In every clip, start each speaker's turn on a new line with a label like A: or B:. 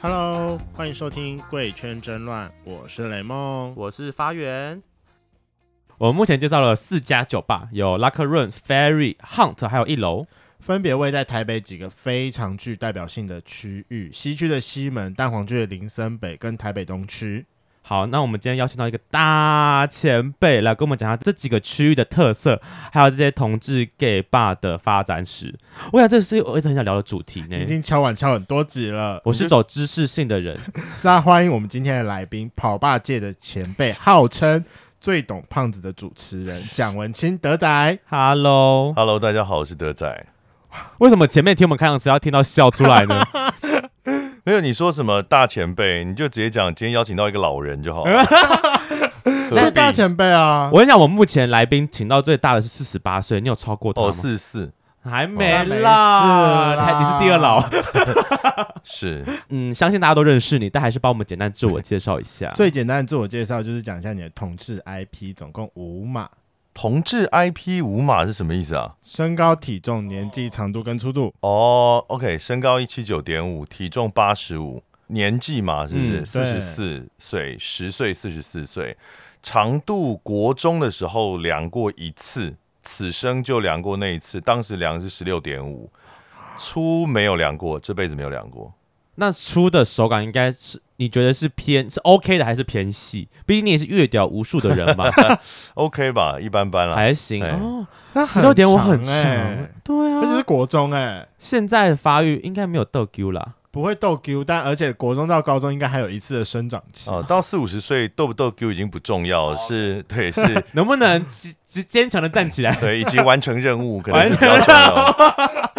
A: Hello，欢迎收听《贵圈争乱》，我是雷梦。
B: 我是发源，
C: 我们目前介绍了四家酒吧，有 Locker Room、Ferry、Hunt，还有一楼。
A: 分别位在台北几个非常具代表性的区域，西区的西门、蛋黄区的林森北跟台北东区。
C: 好，那我们今天邀请到一个大前辈来跟我们讲下这几个区域的特色，还有这些同志 gay bar 的发展史。我想这是我一直很想聊的主题
A: 已
C: 呢。
A: 经敲碗敲很多集了，嗯
C: 我是走知识性的人，
A: 那欢迎我们今天的来宾，跑吧界的前辈，号称最懂胖子的主持人蒋文清德仔。
C: Hello，
D: Hello，大家好，我是德仔。
C: 为什么前面听我们开场时要听到笑出来呢？
D: 没有你说什么大前辈，你就直接讲今天邀请到一个老人就好了。何
A: 是
D: 必
A: 大前辈啊，
C: 我跟你讲，我目前来宾请到最大的是四十八岁，你有超过他吗？
D: 哦，四四
C: 还
A: 那
C: 没
A: 没事
C: 啦，
A: 啦
C: 还你是第
A: 啊
C: 二老。
D: 是
C: 嗯，相信大家都认识你，但还是帮我们简单自 我介绍一下。
A: 最简单的自我介绍就是讲一下你的同志 IP，总共五码，
D: 同志 IP 五码是什么意思啊？
A: 身高、体重、年纪、长度跟粗度。
D: 哦、o k 身高一七九点五，体重八十五，年纪嘛是不是
C: 嗯
D: 四十四岁，十岁四十四岁，长度国中的时候量过一次，此生就量过那一次，当时量是十六点五，粗没有量过，这辈子没有量过。
C: 那出的手感应该是你觉得是偏是 OK 的还是偏细？毕竟你也是越屌无数的人 嘛，
D: OK 吧，一般般啦。
C: 还行
D: 哎
C: 哦。
A: 那
C: 十六点五很
A: 长
C: 长
A: 欸，，
C: 对
A: 而且是
C: 啊。
A: 国中哎、
C: 现在发育应该没有逗 Q 啦，
A: 不会逗 Q，但而且国中到高中应该还有一次的生长期。
D: 哦，到四五十岁斗不斗 Q 已经不重要了，是对，是
C: 能不能直直坚强的站起来？
D: 对，以及完成任务可能
C: 完
D: 是
C: 成
D: 比较重要。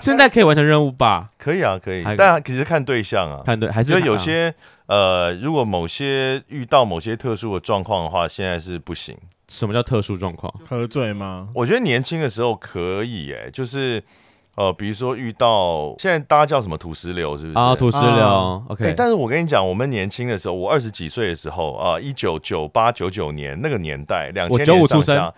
C: 现在可以完成任务吧？
D: 可以啊，可以
C: 还，有
D: 但其实看对象啊，
C: 看对，还
D: 就是有些呃，如果某些遇到某些特殊的状况的话，现在是不行。
C: 什么叫特殊状况？
A: 喝醉吗？
D: 我觉得年轻的时候可以、欸，就是呃，比如说遇到现在大家叫什么土石流，是不是？
C: 啊，土石流
A: 啊
D: 欸
C: ，OK，
D: 但是我跟你讲，我们年轻的时候，我二十几岁的时候啊，一九九八九九年那个年代，两
C: 我
D: 千
C: 95
D: 年
C: 出
D: 上
C: 生
D: 下，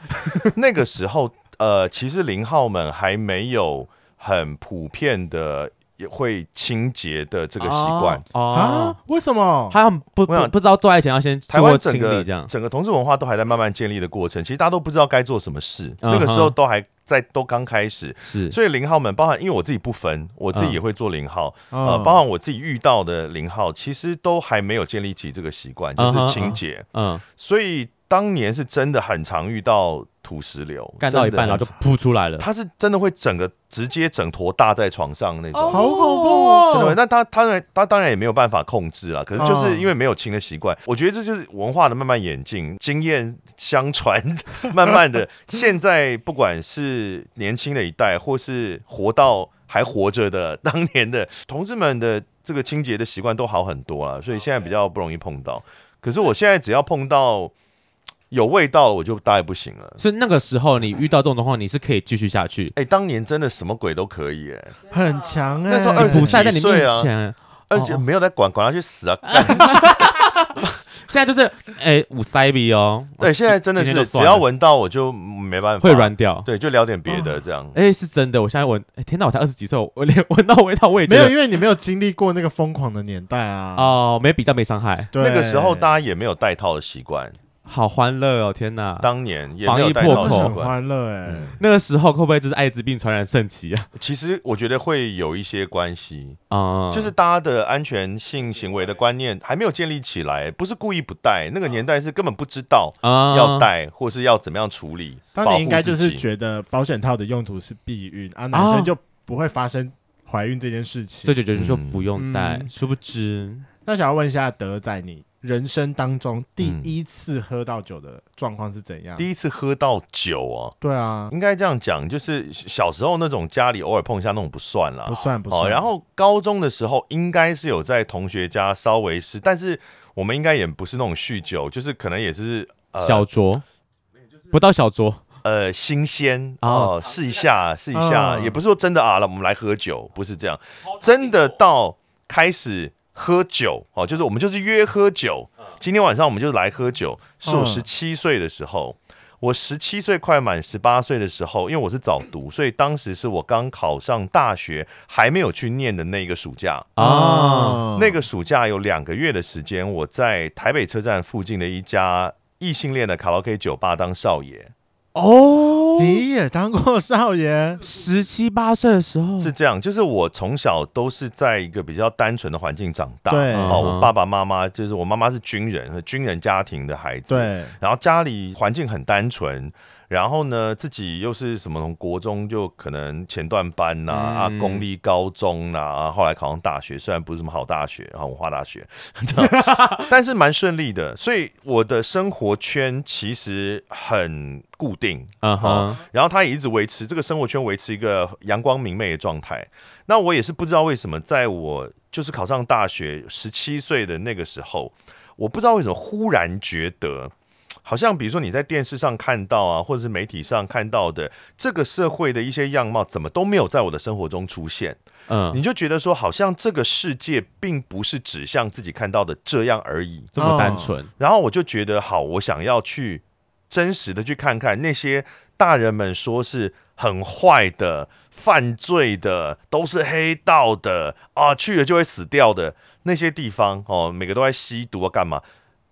D: 那个时候，呃，其实零号们还没有很普遍的会清洁的这
C: 这
D: 个习惯。
C: 哦，
A: 啊？为什么？
C: 他们不不
D: 我想
C: 不知道做爱前要先
D: 台
C: 做
D: 湾
C: 清
D: 整
C: 理
D: 个
C: 这样，
D: 整个同志文化都还在慢慢建立的过程，其实大家都不知道该做什么事，
C: 嗯哼
D: 那个时候都还在都刚开始，
C: 是
D: 所以零号们，包含因为我自己不分，我自己
C: 嗯
D: 也会做零号，
A: 啊
D: 呃，包含我自己遇到的零号，其实都还没有建立起这个习惯，就
C: 嗯哼
D: 是清洁。
C: 嗯，
D: 所以当年是真的很常遇到土石流，
C: 干到一半然
D: 真的
C: 后
D: 很
C: 就噗出来了，
D: 他是真的会整个直接整坨搭在床上那种。
A: 好恐怖哦！
D: 真的会，那他他当然他当然也没有办法控制啦，可是就是因为没有清的习惯，我觉得这就是文化的慢慢演进，经验相传， 慢慢的，现在不管是年轻的一代，或是活到还活着的当年的同志们的这个清洁的习惯都好很多啦，所以现在比较不容易碰到。可是我现在只要碰到有味道了，我就大概不行了。
C: 所以那个时候你遇到这种状况，你是可以继续下去。
D: 哎、当年真的什么鬼都可以、哎，
A: 很强哎、
D: 那时候
C: 吉
D: 20
C: 普赛在你
D: 岁啊
C: 面前，
D: 而且
C: 哦
D: 没有在管，管他去死啊！
C: 现在就是哎五塞比哦，
D: 对，现在真的
C: 今天
D: 是
C: 就
D: 只
C: 算了
D: 要闻到我就没办法，
C: 会软掉。
D: 对，就聊点别
A: 嗯
D: 的这样。
C: 哎，是真的，我现在闻，哎天哪，我才二十几岁，我连 闻到味道我也觉
A: 没有，
C: 得
A: 因为你没有经历过那个疯狂的年代啊。
C: 哦，没比较没伤害，
A: 对，
D: 那个时候大
A: 家
D: 家也没有戴套的习惯，
C: 好欢乐哦，天哪！
D: 当年也
C: 防
D: 没
C: 疫
D: 有戴
C: 破
D: 套的
C: 口
D: 习
A: 很
D: 惯。
A: 欢乐哎、
D: 嗯
C: 那个时候会不会就是艾滋病传染盛期啊？
D: 其实我觉得会有一些关系，
C: 啊，
D: 就是大家的安全性行为的观念还没有建立起来，不是故意不戴，那个年代是根本不知道
C: 啊
D: 要戴或是要怎么样处理。
A: 当
D: 保
A: 年
D: 护
A: 应该就
D: 自
A: 是
D: 己哦
A: 觉得保险套的用途是避孕啊，男生就不会发生怀孕这件事情。
C: 所以就觉得说不用戴，
A: 嗯
C: 殊不知
A: 那想要问一下德仔，你人生当中第一次喝到酒的状况是怎样？
D: 第一次喝到酒啊，
A: 对啊，
D: 应该这样讲，就是小时候那种家里偶尔碰一下那种不算啦
A: 不。算不算。
D: 哦，然后高中的时候应该是有在同学家稍微是，但是我们应该也不是那种酗酒，就是可能也是呃
C: 小酌，不到小酌，
D: 呃新鲜
C: 哦
D: 哦，试一下试一下，
A: 嗯
D: 也不是说真的啊，来我们来喝酒，不是这样，真的到开始喝酒哦，就是我们就是约喝酒，今天晚上我们就来喝酒，是我
A: 嗯
D: 十七岁的时候。我十七岁快满十八岁的时候，因为我是早读，所以当时是我刚考上大学还没有去念的那一个暑假。
C: 啊，
A: 嗯
D: 那个暑假有两个月的时间，我在台北车站附近的一家异性恋的卡拉 OK 酒吧当少爷，
C: 哦，
A: 你也当过少爷，
C: 十七八岁的时
A: 嗯
C: 候
D: 是这样。就是我从小都是在一个比较单纯的环境长大，
A: 对
D: 哦，
C: 嗯哼
D: 我爸爸妈妈就是我妈妈是军人，呃军人家庭的孩子，，
A: 对，
D: 然后家里环境很单纯，然后呢，自己又是什么从国中就可能前段班呐、啊，
C: 嗯
D: 公立高中啦、啊，后来考上大学，虽然不是什么好大学，然后文化大学， 但是蛮顺利的，所以我的生活圈其实很固定，
C: 嗯哼，
D: 然后他也一直维持这个生活圈，维持一个阳光明媚的状态。那我也是不知道为什么，在我就是考上大学十七岁的那个时候，我不知道为什么忽然觉得，好像比如说你在电视上看到啊，或者是媒体上看到的这个社会的一些样貌，怎么都没有在我的生活中出现。
C: 嗯，
D: 你就觉得说，好像这个世界并不是指向自己看到的这样而已。
C: 这么单纯，
D: 然后我就觉得好，我想要去真实的去看看那些大人们说是很坏的、犯罪的，都是黑道的啊，去了就会死掉的那些地方哦，每个都在吸毒啊，干嘛？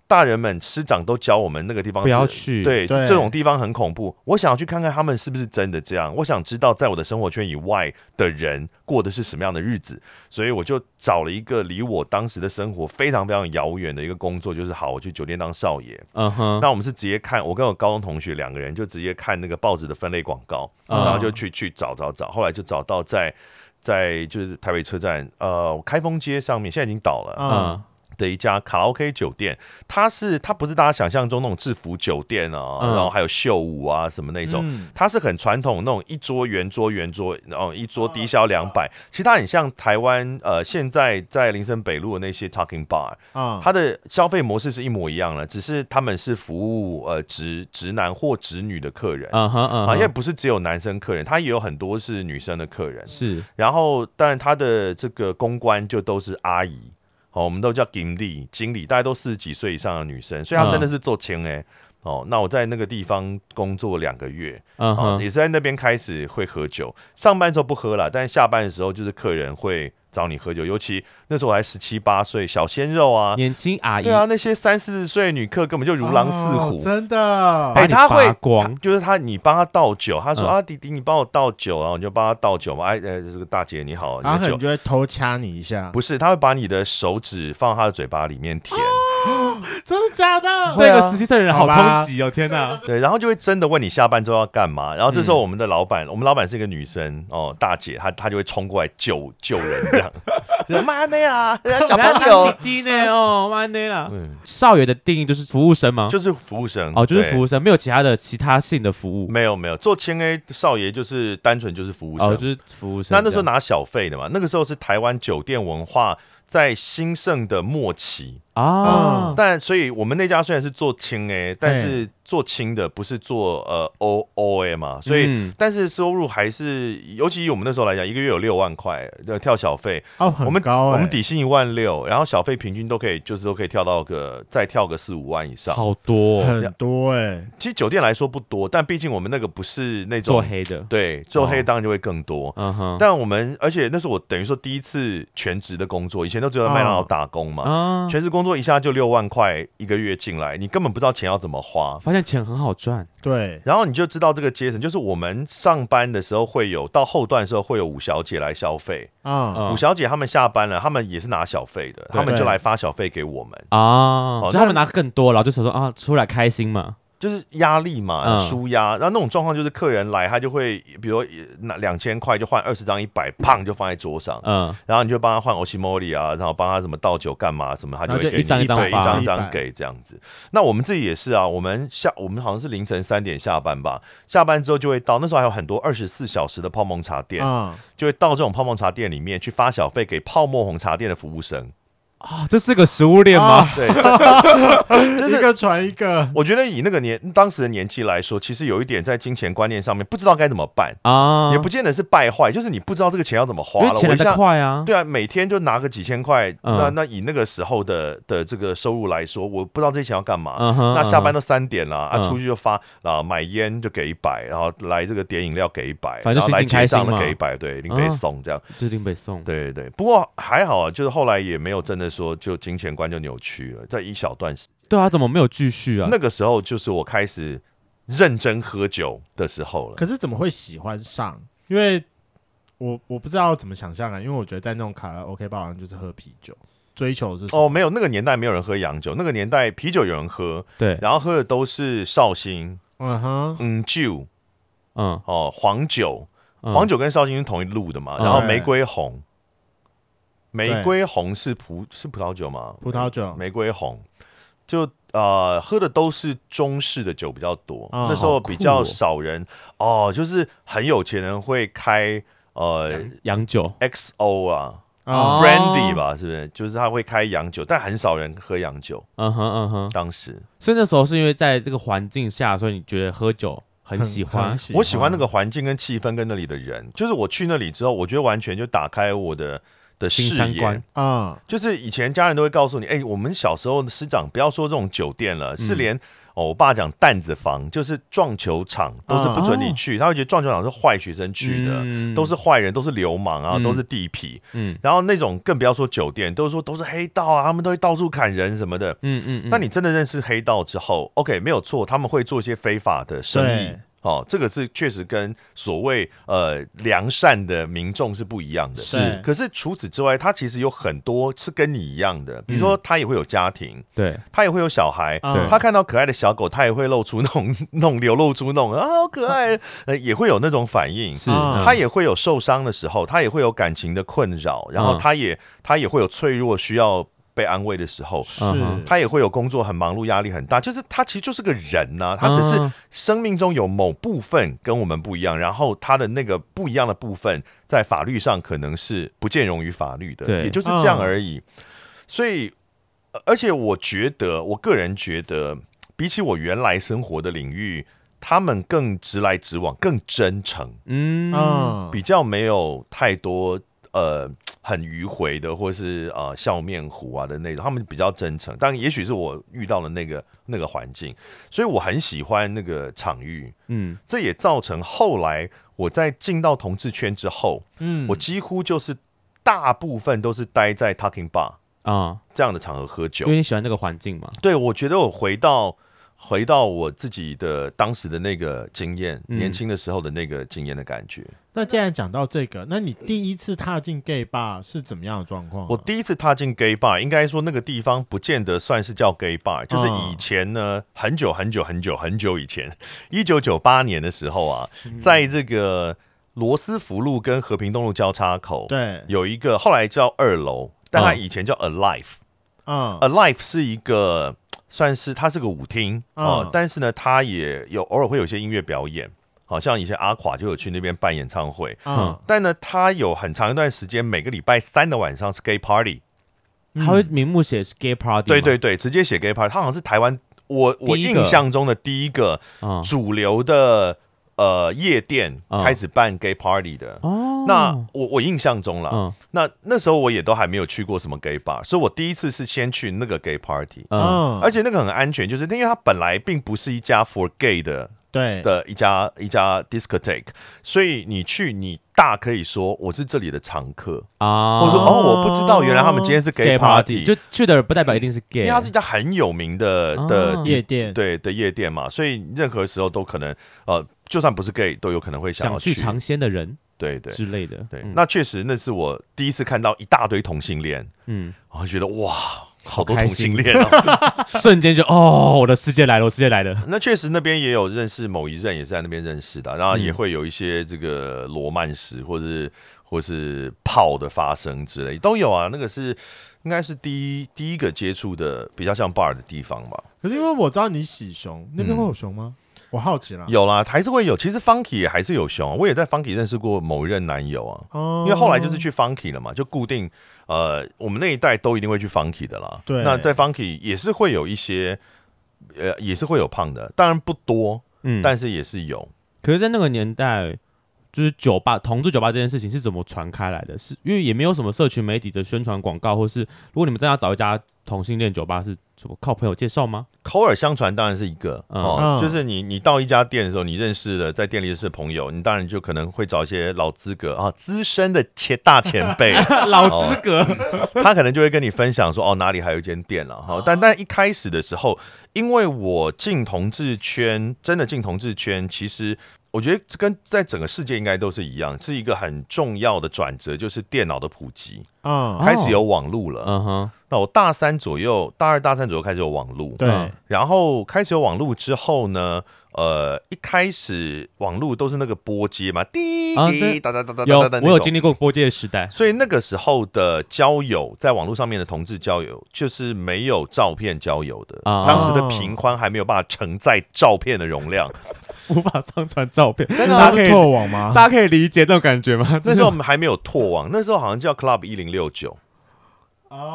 D: 大人们、师长都教我们那个地方
C: 不要
D: 是
C: 去，，
D: 哦对，
A: 对
D: 这种地方很恐怖。我想要去看看他们是不是真的这样，我想知道在我的生活圈以外的人过的是什么样的日子，所以我就找了一个离我当时的生活非常非常遥远的一个工作，就是好，我去酒店当少爷。
C: 嗯哼，
D: 那我们是直接看，我跟我高中同学两个人就直接看那个报纸的分类广告，
C: 嗯
D: 然后就去去找找找，后来就找到在。在就是台北车站，呃，开封街上面，现在已经倒了，
A: 嗯
C: 嗯，
D: 的一家卡拉 OK 酒店，它是它不是大家想象中那种制服酒店啊，
C: 嗯
D: 然后还有秀舞啊什么那种，
A: 嗯
D: 它是很传统那种一桌圆桌圆桌，然后一桌低消两
C: 哦
D: 百，其实它很像台湾呃现在在林森北路的那些 Talking Bar，
C: 嗯
A: 啊，
D: 它的消费模式是一模一样的，只是他们是服务呃直直男或直女的客人。
C: 嗯哼，嗯
D: 好
C: 哼，
D: 像不是只有男生客人，它也有很多是女生的客人。
C: 是
D: 然后，当然他的这个公关就都是阿姨，哦，我们都叫经理，经理大概都四十几岁以上的女生，所以她真的是做钱哎、哦，那我在那个地方工作两个月，
C: 嗯
D: 哦，
C: 哼，
D: 也是在那边开始会喝酒。上班的时候不喝了，但是下班的时候就是客人会找你喝酒，尤其那时候我还十七八岁，小鲜肉啊，
C: 年轻阿姨
D: 对，啊，那些三四十岁的女客根本就如狼似虎，
A: 哦真的
C: 把
D: 哎、
C: 你
D: 他
C: 拔
D: 会
C: 光
D: 他就是他，你帮他倒酒，他说、
C: 嗯
D: 啊，弟弟，你帮我倒酒，然后你就帮他倒酒嘛。哎，呃，这个大姐你好，
A: 然后
D: 你
A: 可
D: 的
A: 能
D: 酒
A: 就会偷掐你一下，
D: 不是，他会把你的手指放到他的嘴巴里面
C: 啊
D: 舔，
A: 真的假的？
C: 对一
D: 会啊
C: 个十七岁的人好
A: 好吧
C: 冲击哦，天哪，
D: 对，然后就会真的问你下班之后要干嘛。然后这
C: 嗯
D: 时候我们的老板，我们老板是一个女生哦，大姐，她她就会冲过来救救人这样， 就妈的啦，人家小朋友，
C: 滴呢哦，妈的啦，
D: 嗯，
C: 少爷的定义就是服务生吗？
D: 就是服务生
C: 哦，就是服
D: 务。
C: 务生，没有其他的其他性的服务，
D: 没有没有，做千 A 少爷就是单纯就是服务生，
C: 哦，就是服务生
D: 那
C: 这样。
D: 那时候拿小费的嘛，那个时候是台湾酒店文化在兴盛的末期，
C: 啊，
D: 但所以我们那家虽然是做轻 A，但是做轻的不是做呃 O O A 嘛，所以、
C: 嗯
D: 但是收入还是，尤其以我们那时候来讲，一个月有六万块，呃，跳小费，
A: 哦，很
D: 我们
A: 高哎，
C: 欸
D: 我们底薪一万六，然后小费平均都可以，就是都可以跳到个再跳个四五万以上。
C: 好多哦
A: 很多哎，
D: 其实酒店来说不多，但毕竟我们那个不是那
C: 做
D: 种
C: 黑的，
D: 对做黑
C: 哦
D: 当然就会更多。
C: 嗯哼，
D: 但我们，而且那是我等于说第一次全职的工作，以前都只有在麦当劳打工嘛。
C: 啊，
D: 全职工作一下就六万块一个月进来，你根本不知道钱要怎么花，
C: 发现钱很好赚，
A: 对，
D: 然后你就知道这个阶层，就是我们上班的时候会有，到后段的时候会有五小姐来消费，
A: 啊，
C: 嗯
D: 五小姐她们下班了，她们也是拿小费的，她们就
A: 对
D: 来发小费给我们，
C: 啊，所以
D: 那
C: 他们拿更多，然后就想说啊，出来开心嘛，
D: 就是压力嘛，
C: 嗯
D: 舒压。然后那种状况就是客人来，他就会比如说呃拿两千块就换二十张一百，砰就放在桌上，
C: 嗯，
D: 然后你就帮他换 Oshimori 啊，然后帮他什么倒酒干嘛什么，他
C: 然后
D: 会
C: 就
D: 给你
C: 一张一张
D: 对一
C: 发
D: 张一
A: 一百
D: 张给这样子。那我们自己也是啊，我们下我们好像是凌晨三点下班吧，下班之后就会到，那时候还有很多二十四小时的泡沫茶店，
A: 啊，
D: 就会到这种泡沫茶店里面去发小费给泡沫红茶店的服务生。
C: 啊，这是个食物链吗？
D: 对，
A: 一个传一个，
D: 我觉得以那个年当时的年纪来说，其实有一点在金钱观念上面不知道该怎么办，
C: 啊，
D: 也不见得是败坏，就是你不知道这个钱要怎么花
C: 因为
D: 了。
C: 钱来
D: 我一
C: 得
D: 下
C: 快啊，
D: 对啊，每天就拿个几千块，
C: 嗯
D: 那那以那个时候的的这个收入来说，我不知道这些钱要干嘛。
C: 嗯哼，
D: 啊那下班
C: 都
D: 都三点了啊，
C: 嗯
D: 出去就发啊，买烟就给一百，然后来这个点饮料给一百，
C: 反正
D: 然后
C: 心
D: 来
C: 情开
D: 结账
C: 心
D: 的
C: 嘛
D: 给一百，对，林
C: 嗯
D: 北送这样。
C: 指定北送，
D: 对对对，不过还好啊，就是后来也没有真的说就金钱观就扭曲了，在一小段时
C: 对啊，怎么没有继续啊？
D: 那个时候就是我开始认真喝酒的时候了。
A: 可是怎么会喜欢上？因为我我不知道怎么想象啊，因为我觉得在那种卡拉 OK 吧，好像就是喝啤酒，追求是什么
D: 哦，没有，那个年代没有人喝洋酒，那个年代啤酒有人喝，
C: 对，
D: 然后喝的都是绍兴、
A: 嗯哼，
D: 嗯酒
C: 嗯，
D: 哦黄酒，
C: 嗯
D: 黄酒跟绍兴是同一路的嘛，
C: 嗯
D: 然后玫瑰红，玫瑰红是葡是葡萄酒吗？
A: 葡萄酒，
D: 玫瑰红，就呃喝的都是中式的酒比较多，
A: 啊
D: 那时候
C: 好
D: 比
C: 酷
D: 较
C: 哦
D: 少人哦就是很有钱人会开呃
C: 洋酒
D: XO 啊、
A: 啊
C: 哦
D: Brandy 吧，是不是？就是他会开洋酒，但很少人喝洋酒。
C: 嗯哼嗯哼，
D: 当时
C: 所以那时候是因为在这个环境下，所以你觉得喝酒很
A: 很
C: 喜欢
A: 嗯很，
D: 我喜欢那个环境跟气氛跟那里的人，就是我去那里之后，我觉得完全就打开我的的
C: 新
D: 视
C: 三
D: 野
C: 观。
A: 啊，
D: 就是以前家人都会告诉你，哎、我们小时候的师长不要说这种酒店
C: 嗯
D: 了，是连哦，我爸讲担子房，就是
C: 啊
D: 撞球场都是不准你去，他会觉得撞球场是坏学生去的。
C: 嗯
D: 都是坏人，都是流氓啊，
C: 嗯
D: 都是地痞，
C: 嗯
D: 然后那种更不要说酒店，都是说都是黑道啊，他们都会到处砍人什么的。
C: 嗯嗯嗯，
D: 那你真的认识黑道之后，OK，没有错，他们会做一些非法的生意
A: 对，
D: 哦，这个是确实跟所谓呃良善的民众是不一样的。
A: 是对
D: 可是除此之外，他其实有很多是跟你一样的，比如说他也会有家庭，
C: 对
D: 他也会有小孩。
A: 嗯啊
D: 他看到可爱的小狗，他也会露出那种弄流露出那种啊好可爱，呃，也会有那种反应。
C: 是，
A: 啊
C: 嗯
D: 他也会有受伤的时候，他也会有感情的困扰，然
A: 啊
D: 后
C: 嗯
D: 他也、他也会有脆弱需要被安慰的时候。
A: 是
C: 嗯哼
D: 哦他也会有工作很忙碌，压力很大，就是他其实就是个人呐、他只是
C: 啊
D: 生命中有某部分跟我们不一样，然后他的那个不一样的部分，在法律上可能是不见容于法律的，
C: 对
D: 也就是这样而已。所以，呃而且我觉得，我个人觉得，比起我原来生活的领域，他们更直来直往，更真诚，
C: 嗯
A: 啊，
D: 比较没有太多呃很迂回的，或是呃笑面虎啊的那种，他们比较真诚。但也许是我遇到了那个那个环境，所以我很喜欢那个场域。
C: 嗯
D: 这也造成后来我在进到同志圈之后，
A: 嗯，
D: 我几乎就是大部分都是待在 Talking Bar
C: 啊，
D: 这样的场合喝酒
C: 因。为你喜欢这个环境嘛，
D: 对，我觉得我回到回到我自己的当时的那个经验，
C: 嗯
D: 年轻的时候的那个经验的感觉。
A: 那既然讲到这个，那你第一次踏进 gay 吧是怎么样的状况啊？
D: 我第一次踏进 gay bar，应该说那个地方不见得算是叫 gay bar，就是以前呢，很久很久很久很久以前，一九九八年的时候啊，在这个罗斯福路跟和平东路交叉口，
A: 对，
D: 有一个后来叫二楼，但它
C: 嗯
D: 以前叫 Alive，Alive、
A: 嗯
D: Alive 是一个算是它是个舞厅哦、
A: 嗯
D: 但是呢，它也有偶尔会有一些音乐表演，好像以前阿垮就有去那边办演唱会。
A: 嗯，
D: 但呢，它有很长一段时间，每个礼拜三的晚上是 gay party，
A: 嗯
C: 他会明目写是 gay party，
D: 嗯对对对，直接写 gay party，他好像是台湾我我
C: 第一个
D: 印象中的第一个
C: 啊
D: 主流的呃夜店
C: 嗯
D: 开始办 gay party 的。
C: 哦，
D: 那啊我我印象中了，
C: 嗯
D: 那那时候我也都还没有去过什么 gay bar，所以我第一次是先去那个 gay party，
C: 嗯
D: 而
A: 且
D: 且那个很安全，就是因为它本来并不是一家 for gay 的
A: 对
D: 的一家一家 discotheque，所以你去你大可以说我是这里的常客，
C: 啊，
D: 或者说哦我不知道原来他们今天是
C: gay
D: gay party，
C: 就去的人不代表一定是
D: 因
C: gay，
D: 为它是一家很有名的的
C: 哦
A: 夜店，
D: 对的夜店嘛，所以任何时候都可能呃，就算不是 gay 都有可能会要
C: 想
D: 去。
C: 去尝鲜的人
D: 对对
C: 之类的，
D: 对，
C: 嗯
D: 那确实那是我第一次看到一大堆同性恋，
C: 嗯，
D: 我就觉得哇。好多
C: 好开
D: 同
C: 心
D: 性恋 哦，
C: 瞬间就哦，我的世界来了，我世界来了，
D: 那确实那边也有认识某一任，也是在那边认识的，啊然后也
C: 嗯
D: 会有一些这个罗曼史或是或是炮的发生之类都有啊。那个是应该是第一第一个接触的比较像 bar 的地方吧。
A: 可是因为我知道你喜熊，那边会有熊吗？我好奇了，
D: 嗯有啦，还是会有。其实 Funky 也还是有熊啊，我也在 Funky 认识过某一任男友啊，
A: 哦，
D: 因为后来就是去 Funky 了嘛，就固定呃，我们那一代都一定会去 Funky 的啦。
A: 对
D: 那在 Funky 也是会有一些，呃，也是会有胖的，当然不多，
C: 嗯，
D: 但是也是有。
C: 可是，在那个年代，就是酒吧同志酒吧这件事情是怎么传开来的？是因为也没有什么社群媒体的宣传广告，或是如果你们真的要找一家同性恋酒吧，是什么靠朋友介绍吗？
D: 口耳相传当然是一个
C: 嗯
D: 哦，
A: 嗯
D: 就是你你到一家店的时候，你认识了在店里认识的朋友，你当然就可能会找一些老资格啊、资深的前大前辈，
C: 老资格，
D: 他可能就会跟你分享说，哦，哪里还有一间店了
C: 哦
D: 哈。但但一开始的时候，因为我进同志圈，真的进同志圈，其实我觉得这跟在整个世界应该都是一样，是一个很重要的转折，就是电脑的普及，
A: 嗯，
D: 开始有网络了。
C: 哦嗯 哼，
D: 那我大三左右，大二大三左右开始有网络，
A: 对
C: 嗯，
D: 然后开始有网络之后呢，呃，一开始网络都是那个波接嘛，滴
C: 啊
D: 滴
C: 对
D: 哒哒哒哒
C: 有
D: 哒哒，
C: 我有
D: 历。
C: 经历过波街的时代，
D: 所以那个时候的交友，在网络上面的同志交友，就是没有照片交友的。
C: 啊
D: 当时的频宽还没有办法承载照片的容量，
C: 无法上传照片，
D: 真
A: 哎那
D: 的 啊
C: 大
A: 他
C: 家可
A: 是
C: 以
A: 拓网吗？
C: 大家可以理解这种感觉吗？
D: 那时候我们还没有拓网，那时候好像叫 Club 一零六九，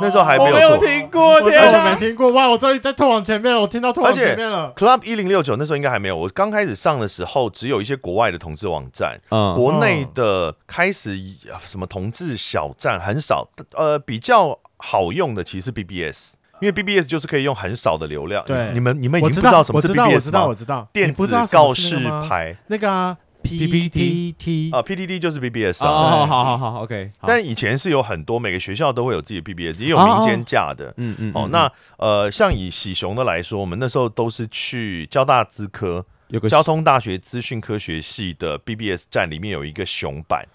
D: 那时候还
C: 哦我
D: 没有
C: 没
D: 拓
C: 有听过，
A: 我
C: 天
A: 真的
C: 啊
A: 没！听过哇！我终于在拓网前面了，我听到拓网
D: 而且
A: 前面了。
D: Club 一零六九那时候应该还没有，我刚开始上的时候，只有一些国外的同志网站，
A: 啊
C: 嗯，
D: 国内的开始呃什么同志小站很少，呃，比较好用的其实是 BBS，因为 BBS 就是可以用很少的流量。
A: 对
D: 你们你们已
A: 我知
D: 经不知道什么
A: 我
D: 是
A: 知道，我知
D: BBS
A: 道，
D: 吗
A: 我？知道。
D: 电
A: 你不
D: 子
A: 知道什
D: 告
A: 么是
D: 示
A: 那个吗
D: 牌
A: 那个啊
C: PPT
A: ，PPT
D: 啊，PDD 就是 BBS 啊。
C: 哦，好好好，OK，好
D: 但以前是有很多每个学校都会有自己的 BBS，也有
C: 哦
D: 民间架的。
C: 嗯嗯，
D: 哦
C: 嗯，
D: 那呃，像以喜熊的来说，我们那时候都是去交大资科、
C: 有个
D: 交通大学资讯科学系的 BBS 站，里面有一个熊 版，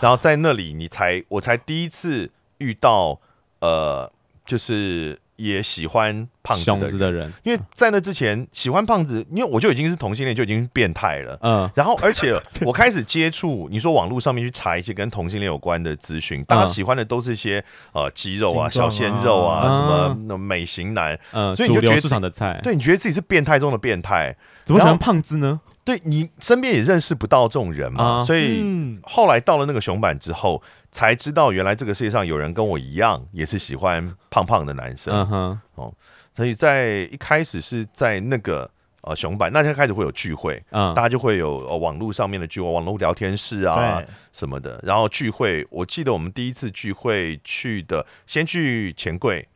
D: 然后在那里你才我才第一次遇到呃，就是也喜欢胖子
C: 熊
D: 的
C: 子
D: 人，
C: 的人，
D: 因为在那之前喜欢胖子，因为我就已经是同性恋，就已经是变态了。
C: 嗯
D: 然后，而且我开始接触，你说网络上面去查一些跟同性恋有关的资讯，大家喜欢的都是一些呃肌肉啊、
A: 形状啊
D: 小鲜肉啊、
C: 嗯啊
D: 什么那美型男，
C: 嗯，
D: 所以你
C: 主
D: 就觉
C: 流
D: 得
C: 市场的菜，
D: 对，你觉得自己是变态中的变态，
C: 怎么喜
D: 然
C: 欢
D: 后
C: 胖子呢？
D: 对你身边也认识不到这种人嘛，
C: 啊
D: 所以
A: 嗯，
D: 后来到了那个熊版之后，才知道原来这个世界上有人跟我一样，也是喜欢胖胖的男生，
C: 嗯哼，
D: 所以在一开始是在那个呃熊版，那天开始会有聚会。
C: 嗯
D: 大，家就会有呃网络上面的聚会，网络聊天室啊，
A: 对，
D: 什么的。然后聚会，我记得我们第一次聚会去的，先去钱柜，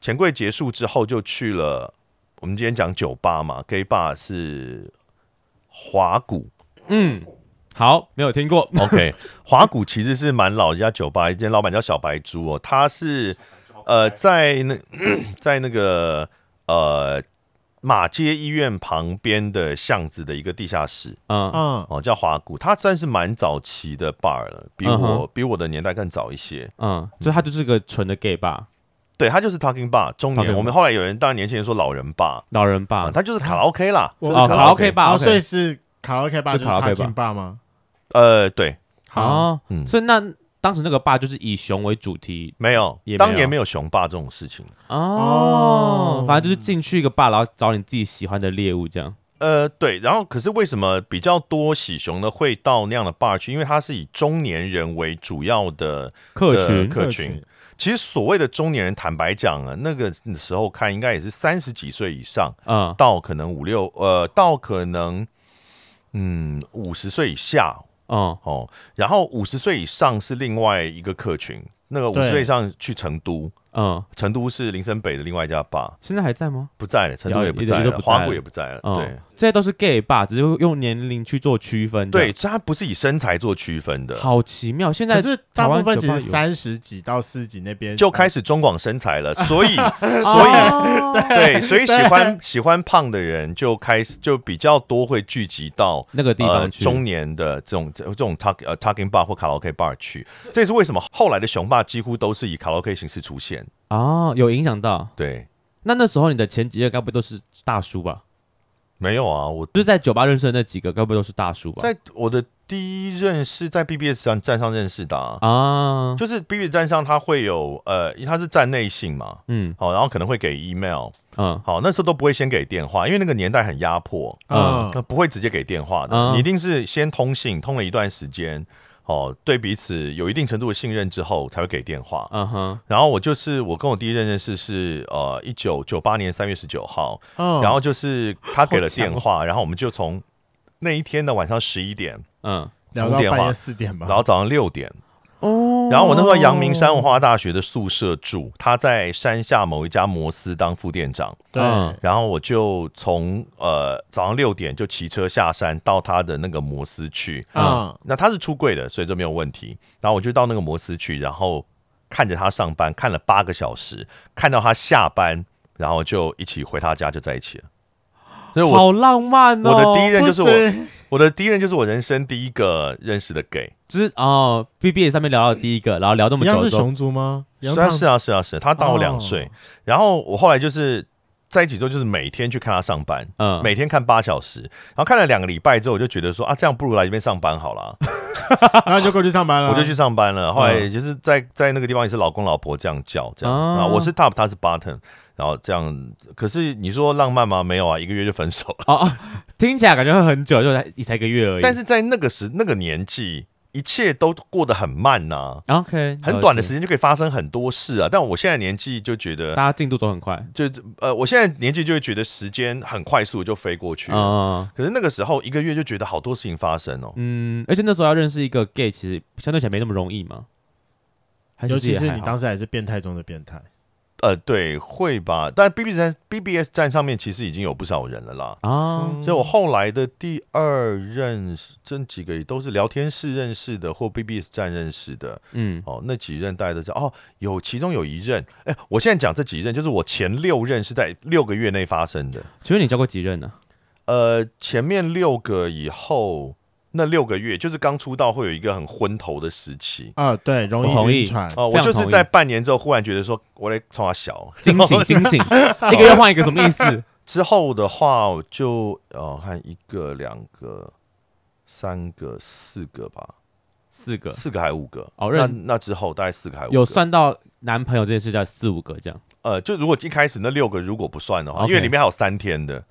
D: 钱柜结束之后就去了。我们今天讲酒吧嘛，gay bar 是华 谷
C: 嗯，好，没有听过，
D: ，OK，华谷其实是蛮老的一家酒吧，一间老板叫小白猪哦，他是呃在那 在那个呃马街医院旁边的巷子的一个地下室，
C: 嗯
A: 嗯，
D: 哦，叫华谷，它算是蛮早期的 bar 了，比我、
C: 嗯哼
D: 比我的年代更早一些。
C: 嗯，所以他就是个纯的 gay 吧，
D: 对，它就是 talking bar，中
C: Talking
D: 年。
C: bar
D: 我们后来有人，当然年轻人说老人 bar，
C: 老人
D: 啊，
C: 吧，
D: 它就是卡拉 OK 啦，
A: 我
D: 就是
A: 哦
C: 哦，卡拉 OK 吧
A: 啊，所以
C: ，OK，
A: 是卡拉 OK 吧，
C: 是
A: 就是
C: 卡拉 OK
A: Talking Bar 吗？
D: 呃，对，
A: 好，
C: 哦，
D: 嗯，
C: 所以那当时那个吧就是以熊为主题
D: 没有
C: 也没，有
D: 当年没有熊爸这种事情。
C: 哦
A: 哦，
C: 反正就是进去一个吧，然后找你自己喜欢的猎物这样，
D: 呃，对，然后可是为什么比较多喜熊的会到那样的 bar 去？因为它是以中年人为主要的
C: 客
D: 的
C: 群，
D: 客群。其实所谓的中年人，坦白讲啊，那个时候看应该也是三十几岁以上，
C: 嗯
D: 到可能五六呃，到可能嗯五十岁以下
C: 嗯
D: 哦，然后五十岁以上是另外一个客群，那个五十
A: 对
D: 岁以上去成都，
C: 嗯，
D: 成都是林森北的另外一家吧，
C: 现在还在吗？
D: 不在了，成都
C: 也
D: 也不在
C: 也都
D: 了，
C: 不
D: 花
C: 在
D: 谷
C: 了
D: 也不在了，
C: 嗯
D: 呃对。
C: 这些都是 gay 吧，只是用年龄去做区分，
D: 对，，所以它不是以身材做区分的，
C: 好奇妙，现
A: 可
C: 在
A: 是大部分其
C: 台湾
A: 实
C: 酒吧
A: 三十几到四十几那边
D: 就开始中广身材 了，所以
C: 哦以
D: 所以对，所以喜欢喜欢胖的人就开始就比较多会聚集到
C: 那个地
D: 呃
C: 方去，
D: 中年的这种这种 talk 呃 talking bar 或卡拉 OK bar 去，这也是为什么后来的熊爸几乎都是以卡拉 OK 形式出现。
C: 哦，有影响到。
D: 对，
C: 那那时候你的前几任该不都是大叔吧？
D: 没有啊，我
C: 就是在酒吧认识的那几个，该不会都是大叔吧？
D: 在我的第一认识在 BBS 站站上认识的、啊，
C: 啊，
D: 就是 BBS 站上它会有呃，因为它是站内信嘛，
C: 嗯
D: 好，然后可能会给 email，
C: 嗯
D: 好，那时候都不会先给电话，因为那个年代很压迫，
A: 嗯
D: 那不会直接给电话的，
C: 嗯
D: 你一定是先通信，通了一段时间，哦，对彼此有一定程度的信任之后才会给电话。
C: 嗯哼，
D: 然后我就是我跟我第一任认识是呃一九九八年三月十九号，
A: 嗯
D: 然后就是他给了
C: 好强哦
D: 电话，然后我们就从那一天的晚上十一点，
C: 嗯
A: 聊到
D: 通电
A: 半夜
D: 话
A: 四点吧，
D: 然后早上六点，
C: 哦
D: 然后我那时候在阳明山文化大学的宿舍住，他在山下某一家摩斯当副店长，
A: 对，
C: 嗯
D: 然后我就从呃早上六点就骑车下山到他的那个摩斯去，
A: 嗯
D: 那他是出柜的，所以这没有问题。然后我就到那个摩斯去，然后看着他上班，看了八个小时，看到他下班，然后就一起回他家，就在一起了。所以我
C: 好浪漫哦，
D: 我的第一任就是我
A: 我，
D: 我的第一任就是我人生第一个认识的 gay，
C: 就是哦，B B 上面聊到的第一个，然后聊那
A: 一
C: 么
A: 样
C: 久
A: 是
C: 之后，
A: 熊族吗？
D: 是啊是啊是啊是啊，他大我两岁。然后我后来就是在一起之后，就是每天去看他上班，
C: 嗯，
D: 每天看八小时，然后看了两个礼拜之后，我就觉得说啊，这样不如来这边上班好了啊。
A: 啊，然后你就过去上班
C: 嗯
A: 了，
D: 我就去上班了。后来就是在在那个地方也是老公老婆这样叫，这样
C: 哦
D: 啊，我是 top，他是 bottom，然后这样。可是你说浪漫吗？没有啊，一个月就分手了。
C: 哦哦，听起来感觉会很久，就才才一个月而已。
D: 但是在那个时那个年纪，一切都过得很慢呐、
C: OK，
D: 很短的时
C: 间，
D: 间就可以发生很多事啊。但我现在年纪就觉
C: 大
D: 得，
C: 家进度走很快。
D: 就呃，我现在年纪就会觉得时间很快速就飞过去了。
C: 嗯
D: 可是啊那个时候一个月就觉得好多事情发生哦。
C: 嗯，而且那时候要认识一个 gay，其实相对起来没那么容易嘛。还
A: 尤其
C: 也
A: 是
C: 还
A: 你
C: 好
A: 当时还是变态中的变态，
D: 呃，对，会吧？但 BBS 站 BBS 站上面其实已经有不少人了啦。
C: 啊，
D: 所以我后来的第二任是这几个也都是聊天室认识的，或 BBS 站认识的。
C: 嗯
D: 哦，那几任大家都知道。哦，有其中有一任，哎，我现在讲这几任，就是我前六任是在六个月内发生的。
C: 请问你交过几任呢、
D: 呃，前面六个以后，那六个月就是刚出道会有一个很昏头的时期。
A: 啊，对，容
C: 我同
A: 易
C: 意
A: 晕船，
C: 非
D: 哦，我
C: 常
D: 就是
C: 同意
D: 在半年之后忽然觉得说，我来冲他小
C: 惊 醒，惊醒，一个月换一个什么意思？
D: 之后的话，我就哦，看一个、两个、三个、四个吧。
C: 四个，
D: 四个还五个
C: 呃哦
D: 那
C: 认
D: 那之后大概四个还五个
C: 有算到男朋友这件事叫四五个这样。
D: 呃，就如果一开始那六个如果不算的话
C: OK
D: 因为里面还有三天的，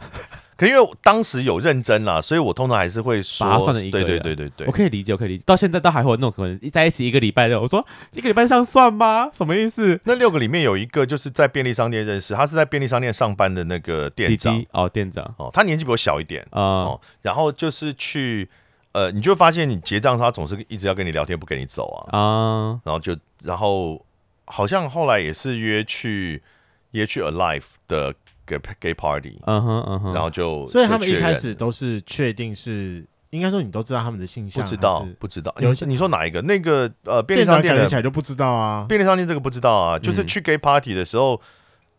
D: 可因为我当时有认真啦，所以我通常还是会说
C: 把它算成一个
D: 对对
C: 人
D: 对对对
C: 我，可以理解，我可以理解。到现在都还会有那种可能在一起一个礼拜的，我说一个礼拜上算吗？什么意思？
D: 那六个里面有一个就是在便利商店认识，他是在便利商店上班的那个店
C: 弟
D: 长
C: 弟哦，店长
D: 哦，他年纪比我小一点
C: 啊、
D: 哦，然后就是去呃，你就会发现你结账的时候他总是一直要跟你聊天，不给你走啊，
C: 啊，
D: 然后就然后好像后来也是约去约去 Alive 的 gay gay party，
C: 嗯哼嗯哼，
D: 然后就
A: 所以他们
D: 就
A: 一
D: 确认
A: 开始都是确定是，应该说你都知道他们的性
D: 不
A: 向，
D: 知道
A: 还是，
D: 不知道。
A: 有
D: 有
A: 些
D: 你说哪一个？那个呃，便利
A: 店
D: 商
A: 长
D: 店
A: 感觉
D: 的
A: 起来就不知道啊，
D: 便利商店这个不知道啊，就是
C: 嗯
D: 去 gay party 的时候，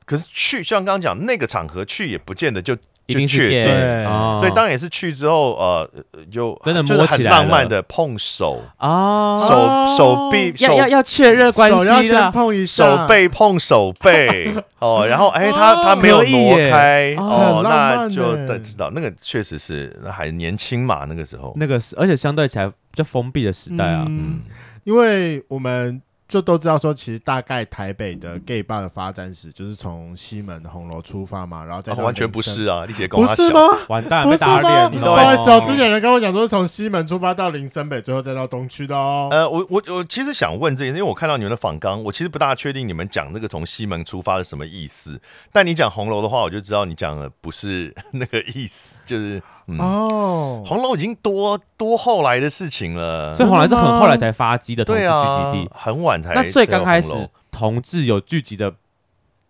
D: 可是去像刚刚讲那个场合去也不见得就，
C: 一定是
D: 就确
C: gay，
D: 定
A: 对
C: 哦
D: 所以当然也是去之后呃呃就
C: 真的
D: 就是
C: 摸
D: 很
C: 起来
D: 浪漫
C: 了
D: 的碰手、
C: 啊，
A: 哦
D: 手手臂、
C: 要要
D: 手
C: 要确认关
A: 手要
C: 系
A: 先
C: 的，
A: 碰一下
D: 手，背碰手背 哦，然后哎他他没有
C: 可以
D: 挪
C: 耶
D: 开
A: 哦
D: 哦
A: 很，浪
D: 那
A: 漫
D: 就
A: 呢
D: 知道那个确实是那还年轻嘛那个时候，哦
C: 那个是，而且相对起来比较封闭的时代啊，
A: 嗯
D: 嗯，
A: 因为我们就都知道说，其实大概台北的 gay bar 的发展史就是从西门红楼出发嘛，然后再
D: 哦
A: 到
D: 完全
A: 民
D: 不
A: 生
D: 是啊，你姐跟
A: 不
D: 我
A: 是吗？
C: 完蛋
A: 不
C: 被
A: 是吗
C: 打脸
D: 你
A: 不
D: 都
A: 好意思哦
C: 哦，，
A: 之前有人跟我讲说是从西门出发到林森北，最后再到东区的哦。
D: 呃，我我我其实想问这件事，因为我看到你们的访纲，我其实不大确定你们讲那个从西门出发是什么意思。但你讲红楼的话，我就知道你讲的不是 那个意思，就是嗯，
A: 哦，
D: 红楼已经多多后来的事情了
C: 所。以红来是
A: 真的吗
C: 很后来才发迹的同志
D: 对
C: 聚
D: 啊
C: 集地，，
D: 很晚才。
C: 那最刚开
D: 才有
C: 始
D: 红
C: 同志有聚集的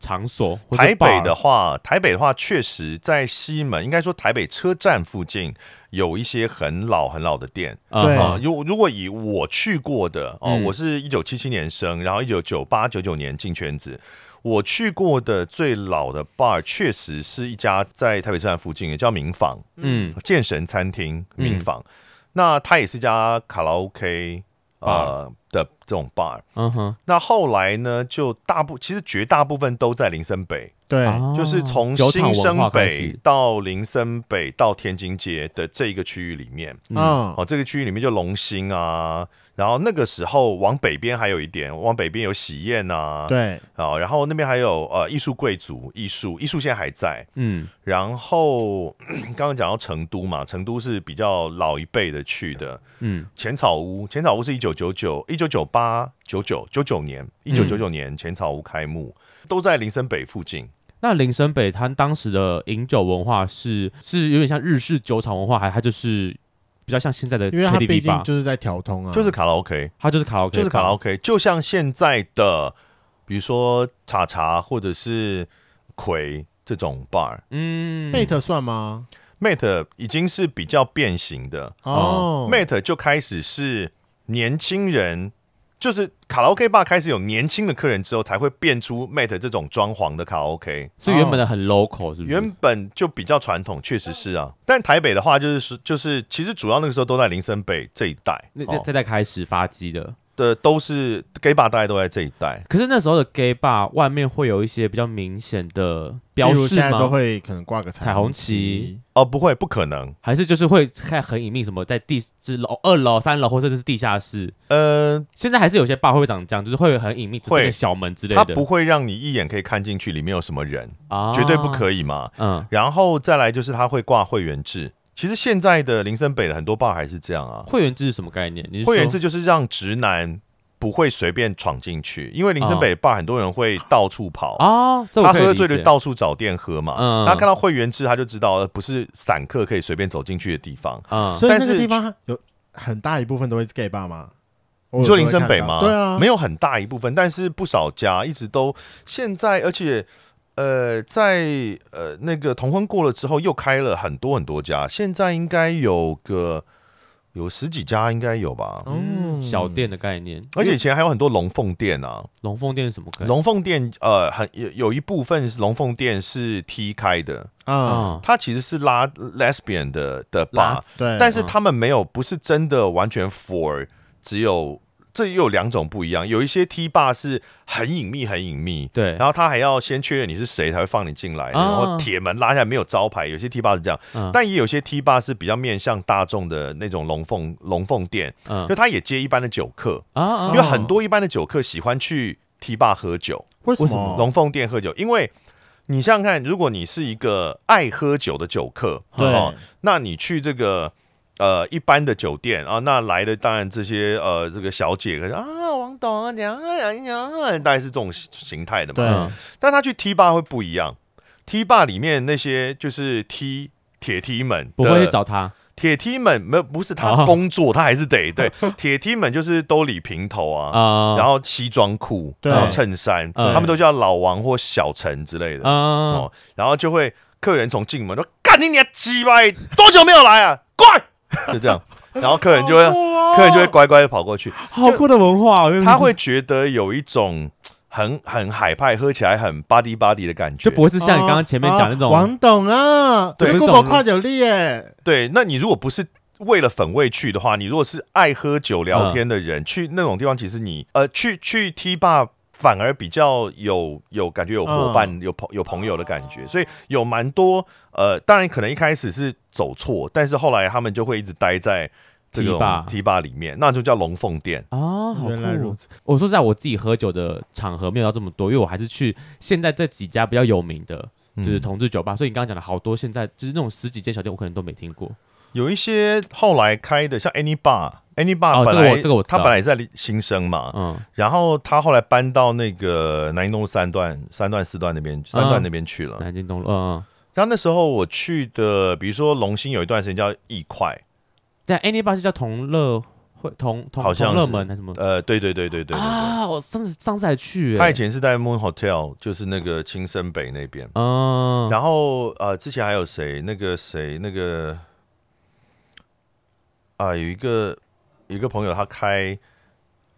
C: 场所，或者
D: 楼台北
C: bar
D: 的话，台北的话，确实在西门，应该说台北车站附近有一些很老很老的店。
A: 对
C: 嗯
D: 啊，
C: 哼
D: 如如果以我去过的哦，
C: 嗯
D: 我是一九七七年生，然后一九九八九九年进圈子。我去过的最老的 bar 确实是一家在台北车站附近，也叫民坊
C: 嗯
D: 健神餐厅。
C: 嗯
D: 民坊，那它也是一家卡拉 OK 呃的这种 bar。
C: 嗯哼，
D: 那后来呢，就大部其实绝大部分都在林森北，
A: 对，
C: 啊
D: 就是从
C: 酒厂
D: 新
C: 文化
D: 生
C: 开
D: 北
C: 始，
D: 到林森北到天津街的这一个区域里面，
C: 嗯
A: 嗯，
D: 哦，这个区域里面就龙兴啊，然后那个时候往北边还有一点，往北边有喜宴啊，，
A: 对，
D: 啊、然后那边还有呃艺术贵族，艺术艺术现在还在，
C: 嗯，
D: 然后 刚刚讲到成都嘛，成都是比较老一辈的去的，
C: 嗯，
D: 浅草屋，浅草屋是一九九九、一九九八、九九九九年，一九九九年浅草屋开幕，都在林森北附近。
C: 那林森北它当时的饮酒文化是是有点像日式酒厂文化，还它就是比较像现在
D: 呃
C: 的
A: 因为它毕
C: KTV
A: 竟
C: 吧，
A: 就是在调通啊，
D: 就是卡拉嗯 OK，
C: 它就是卡拉 OK，
D: 就是卡拉
C: 吧
D: OK，就像现在的，比如说茶茶或者是葵这种 bar。
C: 嗯，
A: Mate 算吗？
D: Mate 已经是比较变形的、
A: 哦
C: 嗯
D: m a t e 就开始是年轻人，就是卡拉 OK bar 开始有年轻的客人之后，才会变出 Mate 这种装潢的卡拉 OK。
C: 所以原本的很 local 是不是？
D: 原本就比较传统，确实是啊。但台北的话，就是说就是，其实主要那个时候都在林森北这一带，
C: 那
D: 哦
C: 再再开始发迹的，
D: 的都是 gay bar，大概都在这一带。
C: 可是那时候的 gay bar 外面会有一些比较明显的标
A: 例如
C: 示
A: 现在都
C: 吗？
A: 会可能挂个
C: 彩虹
A: 旗
C: 旗，
D: 哦，不会，不可能。
C: 还是就是会看很隐秘，什么在第是楼、二楼、三楼，或者就是地下室。
D: 呃，
C: 现在还是有些 bar 会长这样，就是会很隐秘，只
D: 会
C: 是一个小门之类
D: 它
C: 的。
D: 不会让你一眼可以看进去里面有什么人，
C: 啊
D: 绝对不。可以嘛。
C: 嗯，
D: 然后再来就是它会挂会员制。其实现在的林森北的很多 bar 还是这样啊，
C: 会员制是什么概念？你是
D: 会员
C: 说
D: 制就是让直男不会随便闯进去，因为林森北的 bar 很多人会到处跑，
C: 嗯啊，这我
D: 他
C: 可以
D: 喝
C: 理
D: 醉就
C: 解
D: 到处找店喝嘛。
C: 嗯
D: 他看到会员制，他就知道呃不是散客可以随便走进去的地方。
C: 嗯，
A: 所以
D: 啊但
A: 那个
D: 是
A: 地方有很大一部分都会是 gay 吧吗？
D: 你
A: 你
D: 说林森北吗？
A: 对啊，
D: 没
A: 有
D: 有很大一部分，但是不少家一直都现在，而且呃，在呃那个同婚过了之后，又开了很多很多家，现在应该有个有十几家，应该有吧。
A: 哦
C: 嗯，小店的概念，
D: 而且以前还有很多龙凤店啊，
C: 龙凤店是什么概念？
D: 龙凤店呃，很有有一部分是龙凤店是 T 开的，
A: 啊，
C: 啊，
D: 它其实是拉 lesbian 的的
C: 拉嗯
D: bar，
A: 对，
D: 但是他们没有，不是真的完全 for 只有这又有两种不一样，有一些 T bar 是很隐秘很隐秘，
C: 对，
D: 然后他还要先确认你是谁才会放你进来，
C: 啊
D: 然后铁门拉下来没有招牌，有些 T bar 是这样，
C: 嗯
D: 但也有些 T bar 是比较面向大众的那种龙凤龙凤店，
C: 嗯
D: 就他也接一般的酒客，
C: 啊啊，
D: 因为很多一般的酒客喜欢去 T bar 喝酒，
A: 为什
C: 为什么
A: 么？
D: 龙凤店喝酒，因为。你想想看，如果你是一个爱喝酒的酒客，哦
A: 对，
D: 那你去这个呃一般的酒店啊，那来的当然这些呃这个小姐可能啊王董啊娘啊娘啊，大概是这种形态的嘛。
C: 嗯
A: 对
D: 但他去 T 吧会不一样，T 吧里面那些就是 T 铁梯们
C: 不会
D: 的
C: 去找他
D: 铁梯们，没有不是他
C: 哦
D: 工作，他还是得 对铁梯们就是兜里平头啊。
C: 啊，
D: 然后西装裤，
A: 对
D: 然后衬衫，
C: 嗯
D: 他们都叫老王或小陈之类的。
C: 啊
D: 哦，然后就会客人从进门说：“干你娘鸡巴，多久没有来啊？过来！” 就这样，然后客人就会，
A: 哦
D: 客人就会乖乖的跑过去，
C: 好酷的文化哦，
D: 他会觉得有一种很很海派，喝起来很 body body 的感觉
C: 就。不会是像你刚刚前
D: 啊
C: 面讲的那
A: 哦
C: 种
A: 王董啊，
C: 对
A: 这
C: 那
A: 顾
C: 种
A: 博跨酒力耶，
D: 对，那你如果不是。为了粉味去的话，你如果是爱喝
C: 嗯
D: 酒聊天的人，去那种地方，其实你呃，去去 T bar 反而比较有有感觉，有伙伴，
C: 嗯
D: 有朋有朋友的感觉，所以有蛮多呃，当然可能一开始是走错，但是后来他们就会一直待在这
C: T
D: 种
C: bar
D: T bar 里面，那就叫龙凤店。
C: 啊，好
A: 原来
C: 酷
A: 如
C: 哦。
A: 此，
C: 我说实在，我自己喝酒的场合没有到这么多，因为我还是去现在这几家比较有名的，就是
D: 嗯
C: 同志酒吧。所以你刚刚讲的好多，现在就是那种十几间小店，我可能都没听过。
D: 有一些后来开的，像 Any Bar，Any Bar
C: 哦
D: 本
C: 这个
D: 来、
C: 我这个我知
D: 他
C: 道
D: 本来也在新生嘛，
C: 嗯，
D: 然后他后来搬到那个南京东路三段、三段、四段那边、三段那边去了。
C: 南京东路，嗯，嗯
D: 然后那时候我去的，比如说龙兴有一段时间叫易快，
C: 但 Any Bar 是叫同乐会同同
D: 好像
C: 同乐
D: 是
C: 门还是什么？
D: 呃，对对对对对对对。
C: 啊，我上次上次还去、欸，
D: 他以前是在 Moon Hotel，就是那个青森北那边。
C: 嗯，
D: 然后呃，之前还有谁？那个谁？那个啊、有一个有一个朋友，他开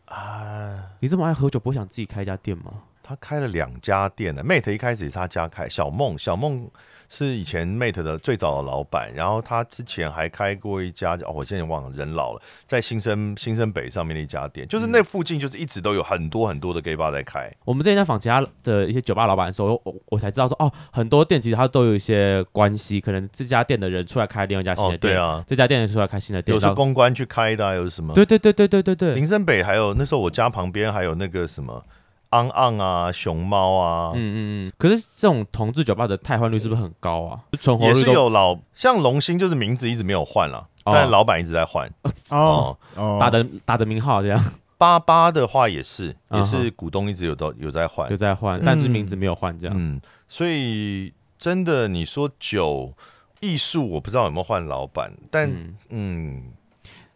D: 啊、
C: 你这么爱喝酒，不会想自己开一家店吗？
D: 他开了两家店呢、Mate 一开始也是他家开，小梦小梦是以前 Mate 的最早的老板，然后他之前还开过一家，哦，我现在忘了，人老了，在新生新生北上面的一家店，
C: 嗯
D: 就是那附近就是一直都有很多很多的 gay bar 在开，
C: 我们之前在访其他的一些酒吧老板的时候，我我才知道说，哦，很多店其实它都有一些关系，可能这家店的人出来开另外一家新
D: 哦
C: 的，
D: 对
C: 店，
D: 啊，
C: 这家店的人出来开新的店，
D: 有是
C: 然后
D: 公关去开的、啊，有什么？
C: 对对对对对对对，
D: 林森北还有那时候我家旁边还有那个什么昂昂啊、熊猫啊，
C: 嗯嗯嗯。可是这种同志酒吧的汰换率是不是很高啊？就存活
D: 也
C: 率
D: 是
C: 都
D: 有老像龙兴，就是名字一直没有换了，
C: 哦
D: 但老板一直在换
A: 哦
D: 哦。
A: 哦，
C: 打的打的名号这样
D: 八八的话也是，也
C: 嗯哼
D: 是股东一直有到有在换
C: 有，在换
A: 嗯，
C: 但是名字没有换这样。
D: 嗯，所以真的你说酒艺术，我不知道有没有换老板，但
C: 嗯，
D: 嗯，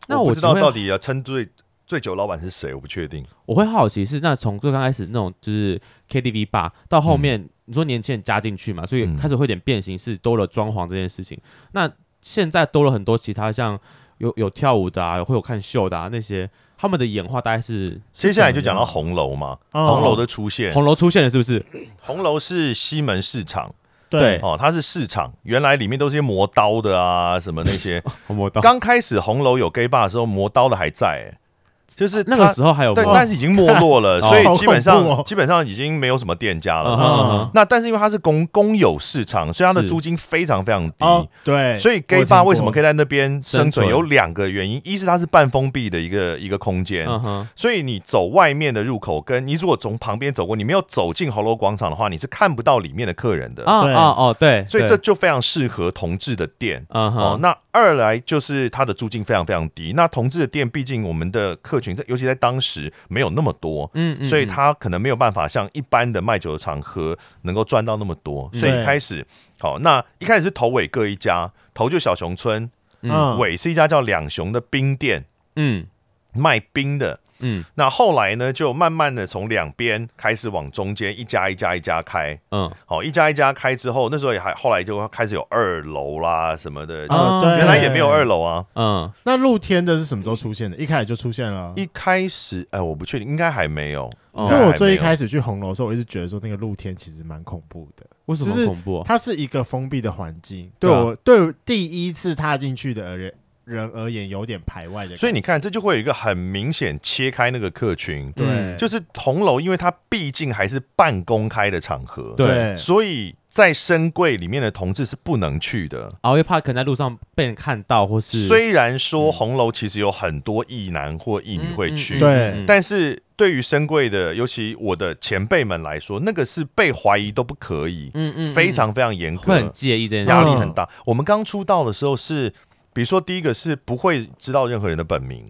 C: 那
D: 我
C: 我
D: 不知道
C: 只会
D: 到底要称最最久老板是谁，我不确定。
C: 我会好奇是那从最刚开始那种就是 KTV 吧，到后面、你说年轻人加进去嘛，所以
D: 嗯
C: 开始会有点变形，是多了装潢这件事情。那现在多了很多其他像有有跳舞的啊，会有看秀的啊那些，他们的演化大概是
D: 接下来就讲到
C: 是
D: 红楼嘛，
A: 哦
D: 红楼的出现，
C: 红楼出现了是不是？
D: 红楼是西门市场。
A: 对
D: 哦，它是市场，原来里面都是些磨刀的啊，什么 那些。
C: 红魔刀
D: 刚开始红楼有 gay bar 的时候，磨刀的还在、欸就是
C: 那个
D: 它
C: 时候还有
D: 但
C: 吗
D: 但是已经没落了，
C: 哦
D: 所以基本
A: 好
D: 上、
A: 恐怖哦
D: 基本上已经没有什么店家了。
C: 嗯哼嗯哼
D: 那但是因为它是公公有市场，所以它的
C: 是
D: 租金非常非常低。
A: 哦对，
D: 所以 gay
A: 我听
D: bar
A: 过
D: 为什么可以在那边生
C: 生
D: 存？
C: 存
D: 有两个原因，一是它是半封闭的一个一个空间，
C: 嗯哼，
D: 所以你走外面的入口，跟你如果从旁边走过，你没有走进红楼广场的话，你是看不到里面的客人的。
C: 啊
A: 对
C: 啊哦对，
D: 所以
C: 对
D: 这就非常适合同志的店。
C: 嗯哼、
D: 哦，那二来就是它的租金非常非常低。那同志的店，毕竟我们的客群在，尤其在当时没有那么多，
C: 嗯嗯，
D: 所以
C: 嗯
D: 它可能没有办法像一般的卖酒的场合能够赚到那么多。所以
A: 对
D: 一开始，好、那一开始是头尾各一家，头就小熊村，
C: 嗯
A: 嗯
D: 尾是一家叫两熊的冰店，
C: 嗯
D: 卖冰的。
C: 嗯
D: 那后来呢，就慢慢的从两边开始往中间一家一家一家开，
C: 嗯，
D: 好、一家一家开之后，那时候也还后来就开始有二楼啦什么的，
A: 哦
C: 啊
A: 对，
D: 嗯原来也没有二楼啊。
C: 嗯
A: 那露天的是什么时候出现的？一开始就出现了。
D: 一开始，哎，我不确定，应该还没有。
C: 哦
D: 应
A: 因
D: 该还
A: 为
D: 没有
A: 我最一开始去红楼的时候，我一直觉得说那个露天其实蛮恐怖的，
C: 为什么
A: 就是
C: 很恐怖
D: 哦
C: 啊？
A: 它是一个封闭的环境，对
C: 对啊
A: 我对第一次踏进去的人人而言有点排外的感觉，
D: 所以你看，这就会有一个很明显切开那个客群，
A: 对、
C: 嗯
D: 就是红楼，因为它毕竟还是半公开的场合，
C: 对
A: 对
D: 所以在深柜里面的同志是不能去的。
C: 熬夜怕可能在路上被人看到，或是嗯
D: 虽然说红楼其实有很多异男或异女会
A: 嗯
D: 去，
A: 对
D: 但是对于深柜的，尤其我的前辈们来说，那个是被怀疑都不可以，
C: 嗯嗯
D: 非常非常严
C: 会很嗯
D: 格，
C: 介意这件事
D: 压
C: 情。
D: 力很大。我们刚出道的时候是，比如说第一个是不会知道任何人的本名，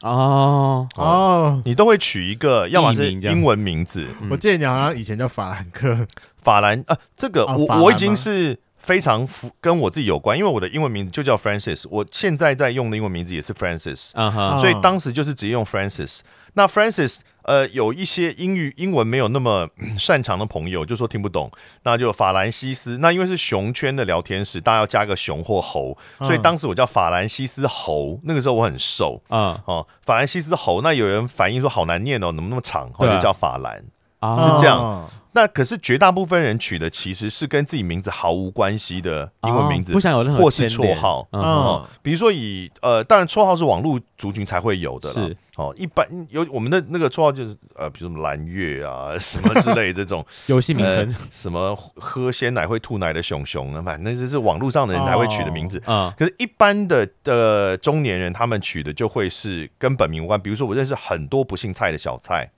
C: 哦，
D: 哦，
A: 哦，
D: 你都会取一个，要么是
C: 艺名这样
D: 英文名字，
C: 嗯
A: 我记得你好像以前叫法兰克，
D: 法兰啊，这个
A: 哦
D: 我
A: 法兰吗
D: 我已经是。非常符跟我自己有关，因为我的英文名字就叫 Francis，我现在在用的英文名字也是 Francis，
C: 嗯哼，
A: 啊
D: 所以当时就是直接用 Francis。那 Francis 呃，有一些英语英文没有那么 嗯擅长的朋友就说听不懂，那就法兰西斯。那因为是熊圈的聊天室，大家要加个熊或猴，所以
A: 嗯
D: 当时我叫法兰西斯猴。那个时候我很瘦
C: 嗯
D: 哦，法兰西斯猴。那有人反映说好难念哦，怎么那么长？后
C: 对
D: 来
C: 啊
D: 就叫法兰。
C: 啊，
D: 是这样
A: 哦
D: 那可是绝大部分人取的其实是跟自己名字毫无关系的英文名字，
C: 啊不想有任何
D: 或是
C: 牵连
D: 绰号
C: 嗯
A: 嗯
C: 哼
D: 哦，比如说以呃，当然绰号是网络族群才会有的啦
C: 是。
D: 哦，一般有我们的那个绰号就是呃，比如什么蓝月啊，什么之类 这种，
C: 游戏名称，
D: 呃什么喝鲜奶会吐奶的熊熊啊，反正这是网络上的人才会取的名字。
C: 嗯
D: 可是，一般的呃中年人，他们取的就会是跟本名无关。比如说，我认识很多不姓蔡的小蔡，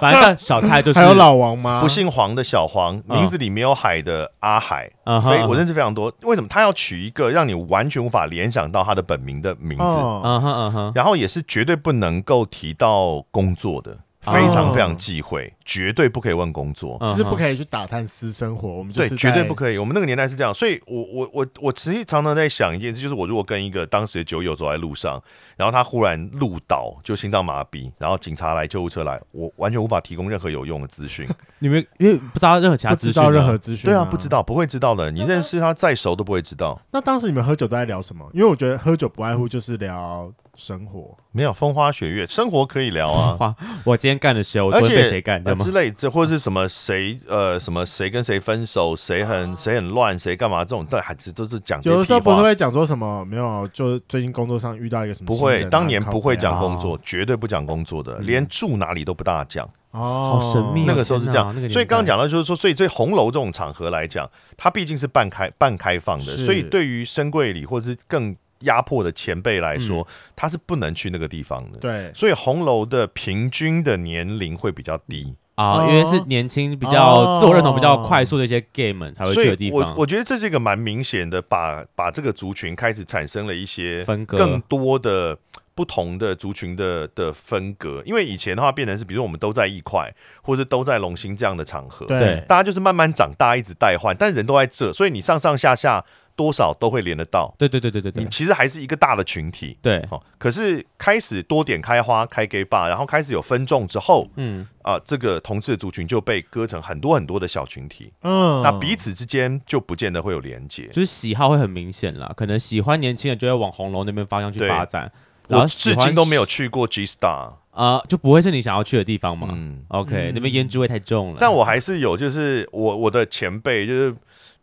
C: 反正像小菜 就是
A: 还有老王
C: 啊
A: 吗？
D: 不姓黄的小黄，
C: 嗯
D: 名字里没有海的阿海，
C: 嗯
A: 啊
D: 所以我
C: 哼，
D: 认识非常多。为什么他要取一个让你完全无法联想到他的本名的名字？
A: 哦，
C: 嗯哼嗯 哼，
D: 然后也是绝对不能够提到工作的，
A: 哦
D: 非常非常忌讳，绝对不可以问工作。
C: 嗯
A: 就是不
C: 以
A: 可以去打探私生活，我哦们就
D: 对
A: 是，
D: 绝对不
A: 以。
D: 可以。我们那个年代是这样，所以我我我我其实常常在想一件事，就是我如果跟一个当时的酒友走在路上，然后他忽然路倒，就心脏麻痹，然后警察来、救护车来，我完全无法提供任何有用的 资讯。
C: 你们因为不知道任何其他
A: 不
C: 资
A: 知
C: 讯嘛，
A: 道任何资讯，
D: 对啊，不知。道，不会知道的。
A: 啊
D: 你认识他再熟都不会知道。
A: 那当时你们喝酒都在聊什么？因为我觉得喝酒不外乎就是聊生活，
D: 没有风花雪月，生活可以聊啊。
C: 话，我今天干了谁，我
D: 而
C: 昨天被
D: 且
C: 谁干，这
D: 呃
C: 的吗
D: 之？类，这或者是什么谁呃什么谁跟谁分手，谁很谁很乱，谁干嘛这种，但还是都是讲这些
A: 有的时候
D: 屁
A: 不
D: 话
A: 是会讲说什么没有，就是最近工作上遇到一个什么
D: 不
A: 新人
D: 会，
A: 啊
D: 当年不会
A: 靠
D: 讲
A: 北啊嗯
D: 工作，绝对不讲工作的，连住哪里都不大讲。
A: 哦，
C: 好神秘哦
D: 那个时候是这
C: 天
D: 样
C: 哪那个年代
D: 所以刚刚讲到就是说，所以对红楼这种场合来讲，它毕竟是半开半开放的，
A: 是
D: 所以对于深柜里或者是更压迫的前辈来说，他是不能去那个地方的。
A: 嗯对，
D: 所以红楼的平均的年龄会比较低，
C: 啊，
A: 哦
C: 因为是年轻、比
A: 哦
C: 较自我认同、比较快速的一些 gay 们才会
D: 所
C: 去的地
D: 以我
C: 方，
D: 我觉得这是一个蛮明显的把，把这个族群开始产生了一些
C: 分割
D: 更多的不同的族群的的分隔，因为以前的话变成是，比如说我们都在一块，或是都在龙兴这样的场合，
A: 对
C: 对
D: 大家就是慢慢长大，一直代换，但人都在这，所以你上上下下多少都会连得到，
C: 对对对对对
D: 你
C: 对
D: 其实还是一个大的群体。
C: 对，
D: 好、可是开始多点开花，开 gay bar，然后开始有分众之后，
C: 嗯，
D: 啊、这个同志的族群就被割成很多很多的小群体，
A: 嗯，
D: 那彼此之间就不见得会有连接。
C: 就是喜好会很明显啦，可能喜欢年轻人就会往红楼那边方向去
D: 对
C: 发展，然
D: 我
C: 后喜
D: 至
C: 欢
D: 今都没有去过 G Star，
C: 啊，就不会是你想要去的地方嘛。
D: 嗯，
A: 嗯
C: OK，那边胭脂味太重了，
D: 但我还是有，就是我我的前辈，就是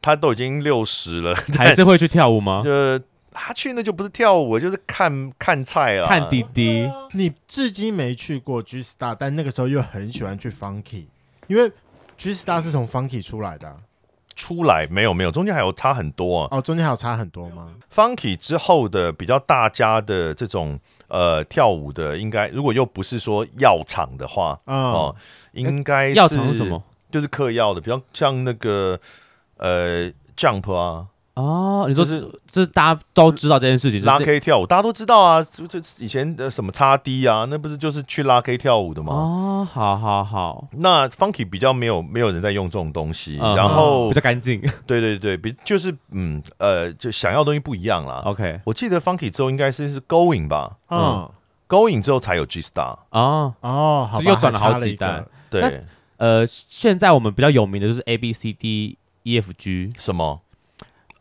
D: 他都已经六十了，
C: 还是会去跳舞吗？
D: 呃，他去那就不是跳舞，就是看看菜啊了，
C: 看滴滴，
A: 你至今没去过 G Star，但那个时候又很喜欢去 Funky，因为 G Star 是从 Funky 出来的啊、
D: 出来没有没有，中间还有差很多、啊。
A: 哦，中间还有差很多吗？
D: Funky 之后的比较大家的这种呃跳舞的，应该如果又不是说药厂的话，
A: 哦
D: 哦，应该
C: 嗯药厂是什？么？
D: 就是嗑药的，比较像那个呃 Jump 啊，
C: 哦，你说
D: 就
C: 这这大家都知道这件事情，就是
D: 拉 K 跳舞，大家都知道啊，这这以前的什么叉 D 啊，那不是就是去拉 K 跳舞的吗？
C: 哦，好好好，
D: 那 Funky 比较没有没有人在用这种东西，
C: 嗯
D: 然后
C: 比较干 净。
D: 对对对，比就是嗯呃，就想要的东西不一样啦。
C: OK，
D: 我记得 Funky 之后应该是是 Going 吧
A: 嗯，
D: ，Going 之后才有 G Star，
C: 哦，
A: 哦，好吧，
C: 这又转了好几
A: 还差了一
C: 代
A: 个。
D: 对，
C: 呃，现在我们比较有名的就是 A B C D E F G，
D: 什么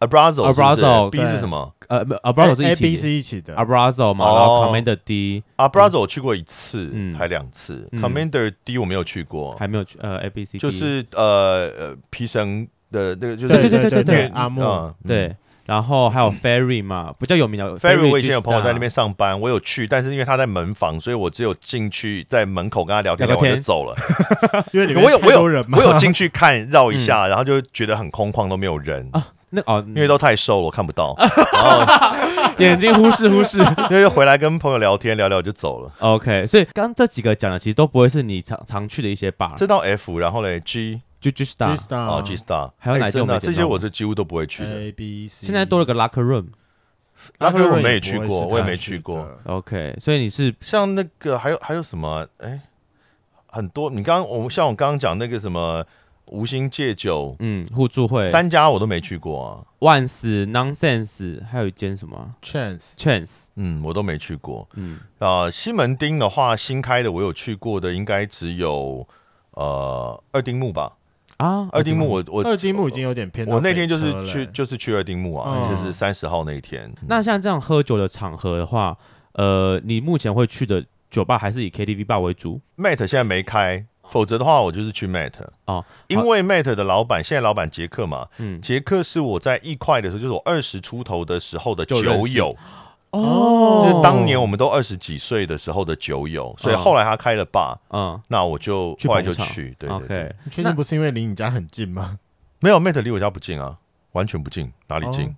D: Abrazo
C: Abrazo，
D: B
A: 对
D: 是什么
C: 呃，不 a b r a z o
D: 哎
C: 是
A: A
C: 一
A: B
C: 起
A: 是一起的
C: a b r a z o 嘛，
D: 哦
C: 然后 Commander D
D: ？Abrazo 我去过一次，
C: 嗯
D: 还两次
C: 嗯
D: ，Commander D 我没有去过，
C: 还没有去，呃，A B C D
D: 哦就是呃呃皮绳的那个就是
A: 对
C: 对
A: 对
C: 对对
A: 对，
D: 嗯
A: 阿木，
D: 嗯
C: 对，然后还有 Ferry 嘛，比较有名的
D: Ferry，我以
C: G
D: 前有朋友
C: Star
D: 在那边上班，我有去，但是因为他在门房，所以我只有进去在门口跟他聊天，
C: 聊
D: 聊
C: 个天
D: 完就走了。
A: 因为里面
D: 我有
A: 太
D: 我有
A: 多人嘛，
D: 我有进去看绕一下，然后就觉得很空旷，都没有人，
C: 嗯啊，那哦，嗯
D: 因为都太瘦了，我看不到。
C: 眼睛忽视忽视。
D: 因为回来跟朋友聊天，聊聊就走了。
C: OK，所以刚这几个讲的其实都不会是你常常去的一些 bar，
D: 这到 F，然后嘞 G
C: G G Star
A: G。Star
D: 啊 G Star，
C: 还有哪
D: 哎
C: 一些
D: 真的
C: 我没
D: 这
C: 讲
D: 些
C: 到吗哎
D: 我这几乎都不会去的。
A: A B C，啊
C: 现在多了个 locker room。
D: 拉克
A: 瑞
D: 我没
A: 也
D: 去
A: 不会
D: 过
A: 是
D: 我也
A: 他
D: 没
A: 去
D: 去过
A: 的
C: OK，所以你是
D: 像那个还有还有什么？哎，很多。你刚刚我像我刚刚讲那个什么无心戒酒，
C: 嗯互助会、
D: 三家我都没去过啊。
C: 万斯、Nonsense，还有一间什么啊
A: Chance，
C: Chance，
D: 嗯，我都没去过。
C: 嗯，
D: 啊、西门町的话，新开的我有去过的，应该只有呃二丁目吧。
C: 啊，
D: 二丁目我我
A: 二丁目已经有点偏到
D: 我那
A: 北
D: 天就
A: 车
D: 是去
A: 了欸
D: 就是去二丁目啊，
A: 嗯
D: 就是三十号那一天。
C: 那像这样喝酒的场合的话，呃，你目前会去的酒吧还是以 KTV bar 为主？
D: Mate 现在没开，否则的话我就是去 Mate
C: 哦，
D: 因为 Mate 的老板现在老板杰克嘛，
C: 嗯，
D: 杰克是我在一块的时候，就是我二十出头的时候的
C: 就认
D: 酒
C: 识
D: 友，
A: 哦
D: 就是当年我们都二十几岁的时候的酒友，所以
C: 嗯
D: 后来他开了 bar，
C: 嗯
D: 那我就
C: 去
D: 后来
C: 捧
D: 就
C: 场
D: 去，对对对
C: ，OK，
A: 你确定不是因为离你家很近吗？
D: 没有 Mate 离我家不近啊，完全不近，哪里近？
A: 哦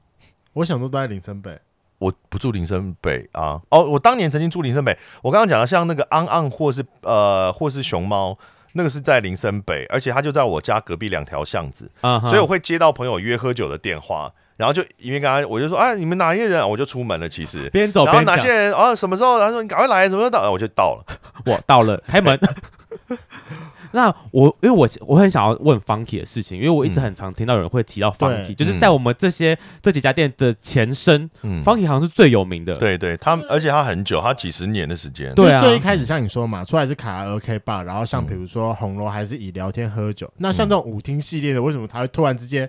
A: 我想说都在林森北，
D: 我不住林森北啊，哦，我当年曾经住林森北。我刚刚讲到像那个昂昂或是呃或是熊猫，那个是在林森北，而且它就在我家隔壁两条巷子，
C: 啊哈，
D: 所以我会接到朋友约喝酒的电话，然后就因为刚刚我就说啊，你们哪些人啊，我就出门了，其实。
C: 边走
D: 然后
C: 哦边讲
D: 哪，些人啊？什么时候？然后说你赶快来，什么时候到？啊我就到了。
C: 我到了，开门。 那我因为我我很想要问 Funky 的事情，因为我一直
D: 嗯
C: 很常听到有人会提到 Funky，、
A: 对
C: 就是在我们这些、这几家店的前身、
D: 嗯
C: f u n k y 好像是最有名的。
D: 对对，他而且他很久，他几十年的时间。
C: 对啊
A: 最一开始像你说嘛，出来是卡拉 OK 吧，
D: 嗯
A: 然后像比如说红楼还是以聊天喝酒，那像这种舞厅系列的，为什么他会突然之间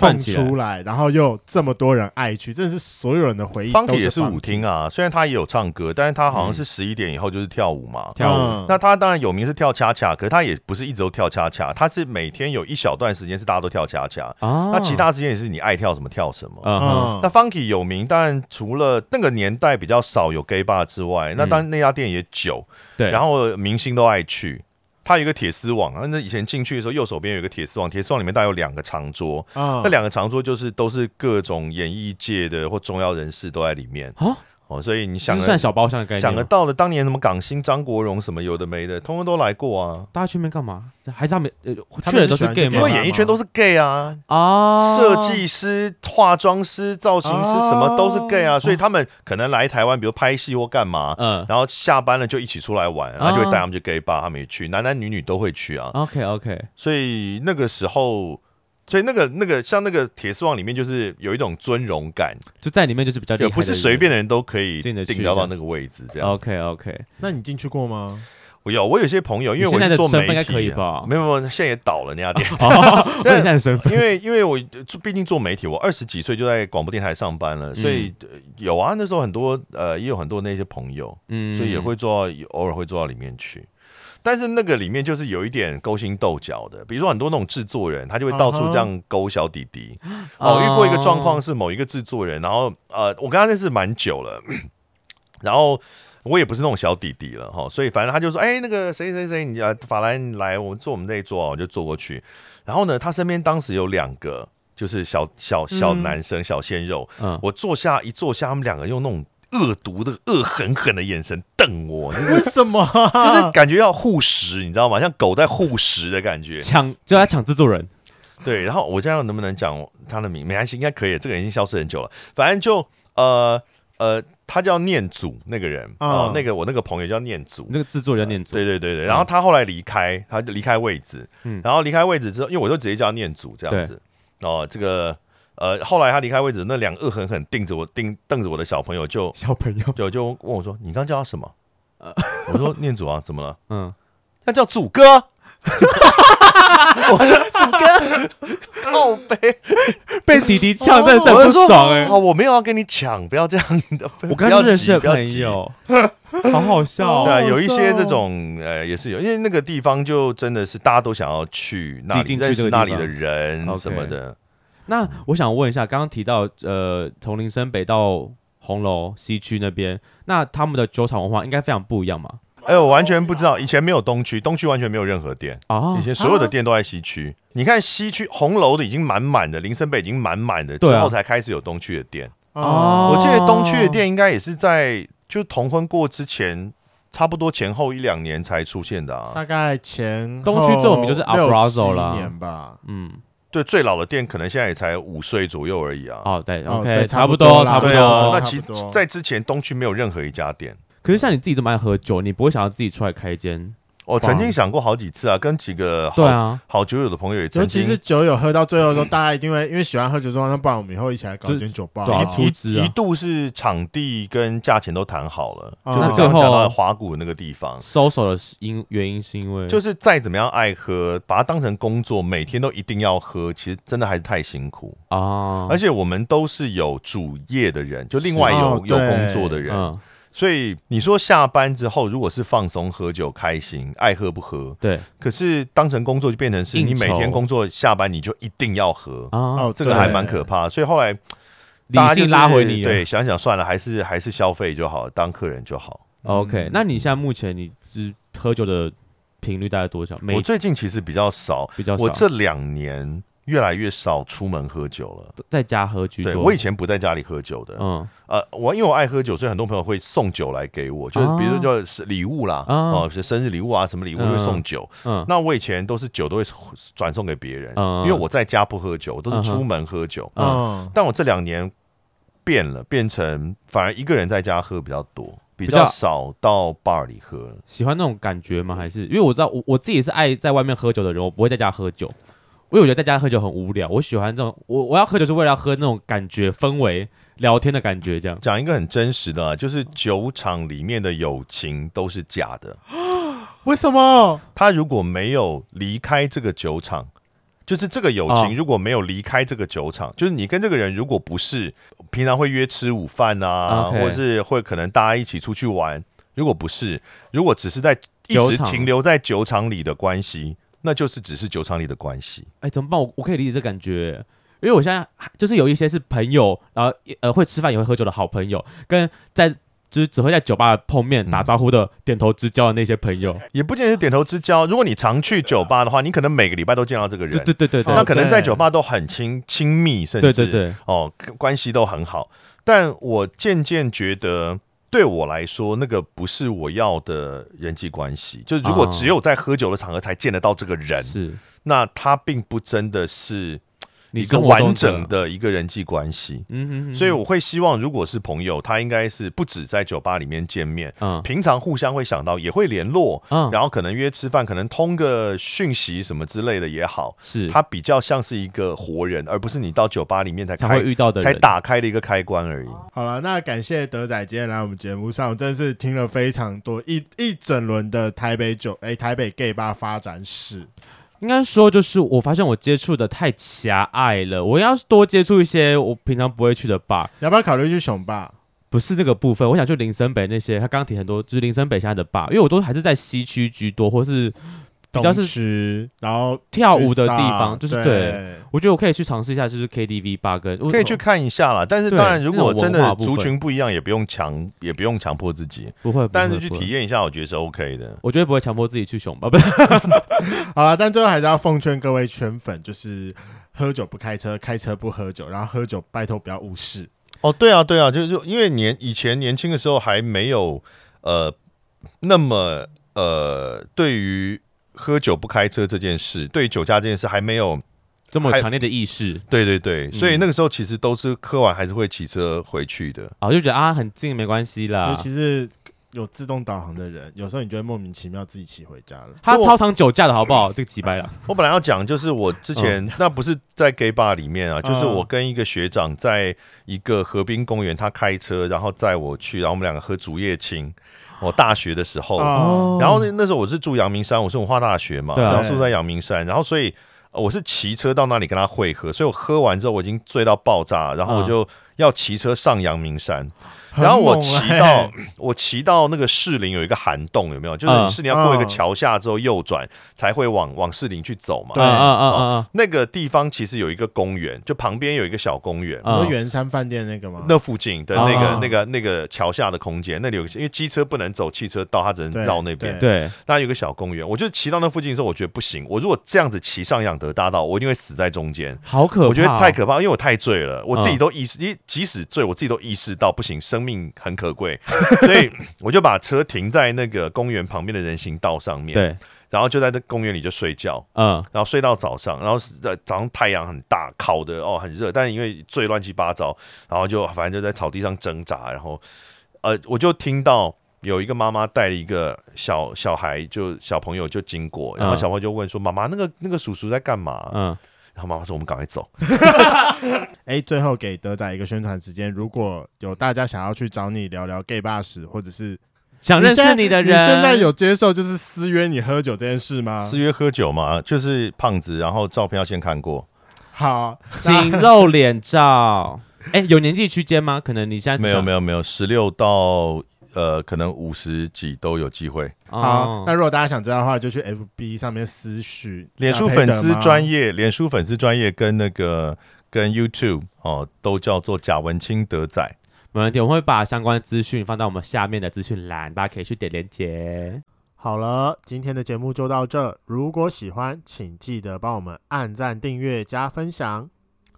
A: 蹦
C: 串起来
A: 出来，然后又这么多人爱去，真的是所有人的回忆都
D: Funky 也
A: 是
D: 是舞厅啊，虽然他也有唱歌，但是他好像是十一点以后就是跳舞嘛。
C: 嗯跳舞
A: 嗯
D: 那他当然有名是跳恰恰，可是他也不是一直都跳恰恰，他是每天有一小段时间是大家都跳恰恰，
C: 啊，
D: 那其他时间也是你爱跳什么跳什么。
C: 嗯哼，
D: 那 Funky 有名，但除了那个年代比较少有 gay bar 之外，那当然那家店也久，
C: 嗯对，
D: 然后明星都爱去。它有一个铁丝网，那以前进去的时候，右手边有一个铁丝网，铁丝网里面大概有两个长桌，
A: 啊
C: 嗯
D: 那两个长桌就是都是各种演艺界的或重要人士都在里面
C: 啊
D: 哦，所以你
C: 这
D: 想
C: 是算
D: 得
C: 小包厢的概念吗，
D: 想得到的，当年什么港星张国荣什么有的没的，通通都来过啊，
C: 大家去那边干嘛？还是他们呃
A: 他们
C: 去的
A: 是
C: 都
A: 喜
C: 是
A: 欢去
C: gay
A: 干
D: 因
A: 嘛
C: 吗
D: 为？演艺圈都是 gay 啊，
C: 啊，
D: 设计师、化妆师、造型师
A: 哦
D: 什么都是 gay 啊，所以他们可能来台湾，比如拍戏或干嘛，
C: 嗯
D: 然后下班了就一起出来玩，然后就会
C: 哦
D: 带他们去 gay bar，他们也去，男男女女都会去啊。
C: ，OK OK，
D: 所以那个时候，所以那个那个像那个铁丝网里面，就是有一种尊荣感，
C: 就在里面就是比较厉
D: 对，
C: 害的
D: 不
C: 人，
D: 是随便的人都可以
C: 进得去哦
D: 定到到那个位置这样。
C: OK OK，
A: 那你进去过 吗？
D: 我有我有些朋友，因为
C: 你
D: 我
C: 现在
D: 是
C: 的
D: 做
C: 身份
D: 媒
C: 应
D: 体
C: 该
D: 的，
C: 可以吧
D: 没有没有，现在也倒了那家店。
C: 哦，
D: 对啊
C: 问一下你身份
D: 因为因为我就毕竟做媒体，我二十几岁就在广播电台上班了，所以、呃有啊，那时候很多呃也有很多那些朋友，
C: 嗯
D: 所以也会做到偶尔会做到里面去。但是那个里面就是有一点勾心斗角的，比如说很多那种制作人，他就会到处这样勾小弟弟。哦，遇过一个状况是某一个制作人，然后呃，我跟他认识蛮久了， 然后我也不是那种小弟弟了哈，所以反正他就说，哎、那个谁谁谁，你啊法兰你来，我们坐我们这一桌啊，我就坐过去。然后呢，他身边当时有两个就是小小小
A: 嗯
D: 男生、小鲜肉，
C: 嗯，
D: 我坐下一坐下，他们两个用那种恶毒的、恶狠狠的眼神瞪我，就是
A: 为什么？
D: 就是感觉要护食，你知道吗？像狗在护食的感觉。
C: 抢嗯就要抢制作人，
D: 对，然后我这样能不能讲他的名？没关系，应该可以。这个人已经消失很久了。反正就呃呃，他叫念祖那个人
A: 嗯
D: 哦，那个我那个朋友叫念祖。
C: 那个制作人要啊念祖
D: 对，对对对，然后他后来离开，他就离开位置，
C: 嗯
D: 然后离开位置之后，因为我就直接叫他念祖这样子，哦，这个呃，后来他离开位置，那两个恶狠狠盯着我，盯瞪着我的小朋友就
C: 小朋友，
D: 就就问我说：“你刚叫他什么？”我说：“念祖啊，怎么了？”
C: 嗯，
D: 那叫祖哥。 我说祖哥， 靠背，
C: 被弟弟呛真的是
D: 我
C: 很不
D: 就说
C: 爽哎
D: 啊、，我没有要跟你抢，不要这样的。不
C: 我刚
D: 不要
C: 刚认
D: 急
C: 识的
D: 不要
C: 朋
D: 急
C: 友，好好笑
D: 对
C: 哦，
D: 啊，
A: 好
D: 有一
A: 笑
D: 些
A: 哦
D: 这种呃也是有，因为那个地方就真的是大家都想要去那
C: 挤
D: 里
C: 进去
D: 认
C: 这
D: 识
C: 个
D: 那
C: 地
D: 里的
C: 方
D: 人
C: OK
D: 什么的。
C: 那我想问一下，刚刚提到呃，从林森北到红楼西区那边，那他们的酒厂文化应该非常不一样嘛？
D: 哎，我完全不知道，以前没有东区，东区完全没有任何店，
C: 啊
D: 以，前所有的店都在西区。你看西区红楼的已经满满的，林森北已经满满的，之
C: 对啊
D: 后才开始有东区的店。
C: 哦
D: 我记得东区的店应该也是在就同婚过之前，差不多前后一两年才出现的啊。
A: 大概前
C: 东区最有名就是
A: 后六
C: Abrazo 啦
A: 七年吧。
C: 嗯，
D: 对，最老的店可能现在也才五岁左右而已啊。
C: 哦，对
A: 哦
C: ，OK，
A: 对
C: 差
A: 差
C: 不
A: 不
C: 多，
A: 多
C: 差
A: 啦
C: 不
D: 对啊，
C: 多。
D: 那其
A: 差不多
D: 在之前东区没有任何一家店。
C: 可是像你自己这么爱喝酒，你不会想要自己出来开一间？
D: 我曾经想过好几次啊，跟几个好、
C: 对啊，
D: 好酒友的朋友也
A: 尤
D: 曾
A: 其
D: 经
A: 是酒友喝到最后的时候，大家一定会因为喜欢喝酒，说那不然我们以后一起来搞
C: 就
A: 一间酒吧哎
C: 对啊
A: 好
C: 一
A: 不好。
C: 出资
D: 一
C: 啊
D: 一度是场地跟价钱都谈好了，
A: 啊
D: 就是
A: 那
D: 刚
C: 最
D: 刚
C: 后
D: 讲到的华谷那个地方。
C: 收手的是因原因是因为
D: 就是是再怎么样爱喝，把它当成工作，每天都一定要喝，其实真的还是太辛苦。
C: 啊，
D: 而
C: 且
D: 且我们都是有主业的人，就另外有、
A: 哦
D: 有
A: 对
D: 工作的人，
C: 嗯，
D: 所以你说下班之后如果是放松喝酒开心，爱喝不喝，
C: 对
D: 可是当成工作就变成是
C: 应酬
D: 你每天工作下班你就一定要喝，
C: 啊，
A: 哦，
D: 这个还蛮可怕。所以后来
C: 理
D: 大家就
C: 性
D: 是
C: 拉回你了。
D: 对，想想算了，还是还是消费就好，当客人就好。嗯
C: ，OK，那你现在目前你是喝酒的频率大概多少？每
D: 我最近其实比较少，
C: 比较少，
D: 我这两年越来越少出门喝酒了。
C: 在家喝居
D: 对
C: 多。
D: 我以前不在家里喝酒的，
C: 嗯
D: 呃，我因为我爱喝酒，所以很多朋友会送酒来给我，就是比如
C: 啊
D: 说就是礼物啦，
C: 啊
D: 哦、是生日礼物啊，什么礼物
C: 嗯
D: 会送酒。
C: 嗯
D: 那我以前都是酒都会转送给别人，
C: 嗯
D: 因为我在家不喝酒，我都是
C: 嗯哼
D: 出门喝酒。
A: 嗯，
D: 但我这两年变了，变成反而一个人在家喝比较多，
C: 比
D: 比较
C: 较
D: 少到 bar 里喝了。
C: 喜欢那种感觉吗？还是因为我知道我我自己是爱在外面喝酒的人，我不会在家喝酒，因为我觉得在家喝酒很无聊。我喜欢这种，我我要喝酒是为了要喝那种感觉氛围、聊天的感觉，这样。
D: 讲一个很真实的啊，就是酒场里面的友情都是假的。
A: 为什么？
D: 他如果没有离开这个酒场，就是这个友
C: 哦
D: 情如果没有离开这个酒厂，就是你跟这个人如果不是平常会约吃午饭啊，
C: OK
D: 或是会可能大家一起出去玩，如果不是，如果只是在一
C: 酒
D: 直
C: 厂
D: 停留在酒厂里的关系，那就是只是酒厂里的关系。
C: 哎，怎么办？我我可以理解这感觉，因为我现在还就是有一些是朋友，然后呃会吃饭也会喝酒的好朋友，跟在就是只会在酒吧碰面
D: 嗯
C: 打招呼的、点头之交的那些朋友。
D: 也不见得是点头之交。如果你常去酒吧的话，你可能每个礼拜都见到这个人
C: 对，对对对对，
D: 那可能在
A: 对
D: 酒吧都很亲亲密，甚
C: 对
D: 至
C: 对对，
D: 哦关系都很好。但我渐渐觉得，对我来说，那个不是我要的人际关系。就是如果
C: 哦
D: 只有在喝酒的场合才见得到这个人，
C: 是
D: 那他并不真的是
C: 你
D: 一个
C: 生活中
D: 完整，的一个人际关系。
C: 嗯嗯嗯，
D: 所以我会希望，如果是朋友，他应该是不止在酒吧里面见面，
C: 嗯
D: 平常互相会想到，也会联络，
C: 嗯，
D: 然后可能约吃饭，可能通个讯息什么之类的也好，
C: 是
D: 它比较像是一个活人，而不是你到酒吧里面才
C: 才
D: 开
C: 会遇到的人哦
D: 才打开的一个开关而已。
A: 好了，那感谢德仔今天来我们节目上，我真的是听了非常多一一整轮的台北酒哎、台北 gay 吧发展史。
C: 应该说，就是我发现我接触的太狭隘了，我要多接触一些我平常不会去的 bar，
A: 要不要考虑去熊吧？
C: 不是那个部分。我想去林森北那些，他刚刚提很多，就是林森北现在的 bar，因为我都还是在西区居多，或是比较
A: 东
C: 是
A: 区，然后
C: 跳舞的地方，
A: Freestyle，
C: 就是对。
A: 对。
C: 我觉得我可以去尝试一下，就是 KTV bar 跟
D: 可以去，看一下啦，但是
C: 对
D: 当然，如
C: 那
D: 果
C: 种
D: 真
C: 文
D: 的
C: 化部分
D: 族群不一样，也不用强，也不用强迫自己，
C: 不会，不会
D: 但是去。
C: 不会
D: 体验一下，我觉得是 OK 的。
C: 我绝对不会强迫自己去熊吧，不是？
A: 好了，但最后还是要奉劝各位圈粉，就是喝酒不开车，开车不喝酒，然后喝酒拜托不要误事。
D: 哦，对啊，对啊，就是就因为年以前年轻的时候还没有呃那么呃对于喝酒不开车这件事，对于酒驾这件事还没有
C: 这么
D: 还
C: 强烈的意识
D: 对对对，所以
C: 嗯
D: 那个时候其实都是喝完还是会骑车回去的。
C: 啊，就觉得啊很近没关系啦
D: 啊
A: 尤。其是有自动导航的人，有时候你就会莫名其妙自己骑回家了。
C: 他超常酒驾的好不好？这个几 百了，
D: 我本来要讲就是我之
C: 嗯
D: 前、那不是在 gay bar 里面啊，就是我跟一个学长在一个河滨公园，他开车然后载我去，然后我们两个喝竹叶青。我大学的时候，
A: 哦
D: 啊然后那那时候我是住阳明山，我是文化大学
C: 啊
D: 嘛，
C: 对啊
D: 然后住在阳明山，然后所以呃我是骑车到那里跟他会合，所以我喝完之后我已经醉到爆炸，然后我
C: 嗯
D: 就要骑车上阳明山，
A: 很
D: 然后我
A: 猛
D: 骑
A: 欸
D: 到嗯我骑到那个士林有一个涵洞，有没有？就是
C: 嗯
D: 你士林要过一个
A: 嗯
D: 桥下之后右转，才会往往士林去走嘛
A: 对。
C: 啊啊啊啊啊！
D: 那个地方其实有一个公园，就旁边有一个小公园。
C: 嗯
A: 你说圆山饭店那个吗？
D: 那附近的那个、
A: 嗯
D: 那个、那个桥下的空间，那里有个，因为机车不能走，汽车道它只能
A: 对
D: 绕那边。
C: 对，
D: 那有个小公园，我就骑到那附近的时候，我觉得不行，我如果这样子骑上养德大道，我一定会死在中间。
C: 好可怕哦，
D: 我觉得太可怕，因为我太醉了，我自己
C: 嗯
D: 都意识，因为即使醉，我自己都意识到不行，生命很可贵， 所以我就把车停在那个公园旁边的人行道上面，
C: 对，
D: 然后就在那公园里就睡觉，
C: 嗯，
D: 然后睡到早上，然后是呃早上太阳很大，烤的哦很热，但因为醉乱七八糟，然后就反正就在草地上挣扎，然后呃我就听到。有一个妈妈带了一个小小孩，就小朋友就经过，然后
C: 嗯
D: 小朋友就问说：“妈妈，那个那个叔叔在干嘛？”
C: 嗯，
D: 然后妈妈说：“我们赶快走。”
A: 哎，最后给德仔一个宣传时间，如果有大家想要去找你聊聊 gay 吧史，或者是
C: 想认识你的人，
A: 你现在有接受就是私约你喝酒这件事吗？
D: 私约喝酒嘛，就是胖子，然后照片要先看过，
A: 好，
C: 请露脸 照。哎，有年纪区间吗？可能你现在
D: 没有没
C: 有。
D: 有没有，十六到呃可能五十几都有机会。
A: 好，
C: 哦
A: 那，如果大家想知道的话，就去 FB 上面私讯
D: 脸书
A: 贾培
D: 粉
A: 德
D: 丝
A: 吗
D: 专业，脸书粉丝专业跟那个跟 YouTube 哦都叫做贾文清德仔。
C: 没问题，我们会把相关资讯放到我们下面的资讯栏，大家可以去点连接。
A: 好了，今天的节目就到这。如果喜欢，请记得帮我们按赞、订阅、加分享。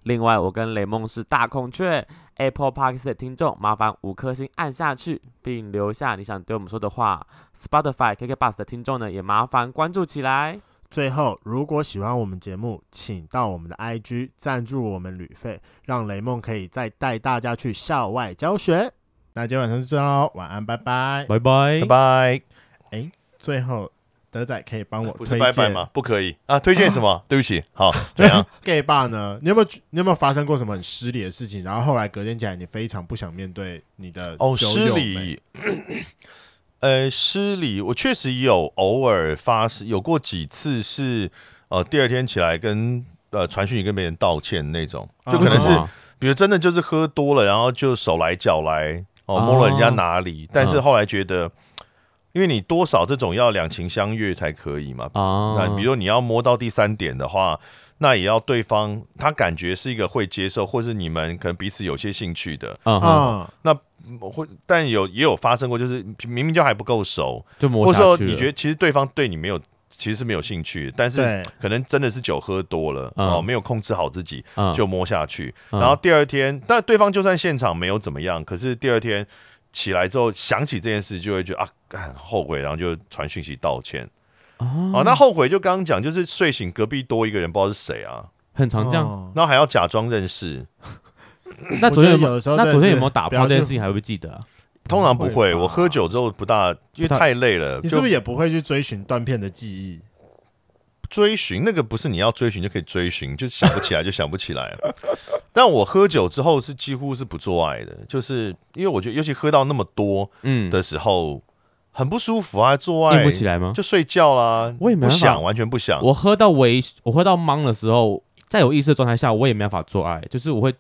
B: 另外，我跟雷梦是大孔雀 Apple Park 的听众，麻烦五颗星按下去，并留下你想对我们说的话。Spotify KK Bus 的听众呢，也麻烦关注起来。
A: 最后，如果喜欢我们节目，请到我们的 IG 赞助我们旅费，让雷梦可以再带大家去校外教学。那今天晚上就这样喽，晚安，拜拜。
C: 拜拜
D: 拜拜，
A: 最后，德仔可以帮我
D: 啊不
A: 推
D: 是
A: 荐
D: 拜拜 吗？不可以啊，推荐什么？对不起，好，怎样？
A: gay 爸呢？你有没有你有没有发生过什么很失礼的事情？然后后来隔天起来，你非常不想面对你的
D: 哦，
A: 酒
D: 失
A: 友们，
D: 礼，呃，失礼，我确实有偶尔发生有过几次是，呃，第二天起来跟呃传讯息跟别人道歉那种，
A: 啊
D: 就可
C: 为
D: 能
C: 什
D: 是、
C: 么啊
D: 比如真的就是喝多了，然后就手来脚来哦
C: 哦
D: 摸了人家哪里，但是
C: 嗯
D: 后来觉得，因为你多少这种要两情相悦才可以嘛。
C: 啊，
D: 那比如你要摸到第三点的话，那也要对方他感觉是一个会接受，或是你们可能彼此有些兴趣的。
C: 嗯哼，
A: 嗯，
D: 嗯或但有也有发生过，就是明明就还不够熟，
C: 就磨
D: 或者
C: 下
D: 说
C: 去了。
D: 你觉得其实对方对你没有其实是没有兴趣的，但是
A: 对，
D: 可能真的是酒喝多了、
C: 嗯
D: 哦，没有控制好自己，
C: 嗯
D: 就摸下去。
C: 嗯
D: 然后第二天，但对方就算现场没有怎么样，可是第二天起来之后想起这件事，就会觉得啊，干后悔，然后就传讯息道歉。
C: 啊
D: 哦，那后悔就刚刚讲，就是睡醒隔壁多一个人，不知道是谁啊，
C: 很常这样。
A: 哦
D: 然后还要假装认识，
C: 那昨天
A: 我觉得
C: 有没
A: 有的时候
C: 那昨
A: 真的
C: 天
A: 是
C: 有没有打
A: 不要
C: 炮这件
A: 去
C: 事情还会不会记得啊？
D: 通常不会。
A: 不会吧
D: 我喝酒之后不大，因
C: 不
D: 为
C: 大
D: 太累了，
A: 你是不
D: 就是
A: 也不会去追寻断片的记忆？
D: 追寻那个不是你要追寻就可以追寻，就想不起来就想不起来 了。但我喝酒之后是几乎是不做爱的，就是因为我觉得，尤其喝到那么多
C: 嗯，
D: 的时候，很不舒服啊，做爱
C: 硬不起来吗？
D: 就睡觉啦，
C: 我也没
D: 不
C: 办法
D: 想，完全不想。
C: 我喝到微，我喝到懵的时候，在有意识的状态下，我也没办法做爱，就是我会，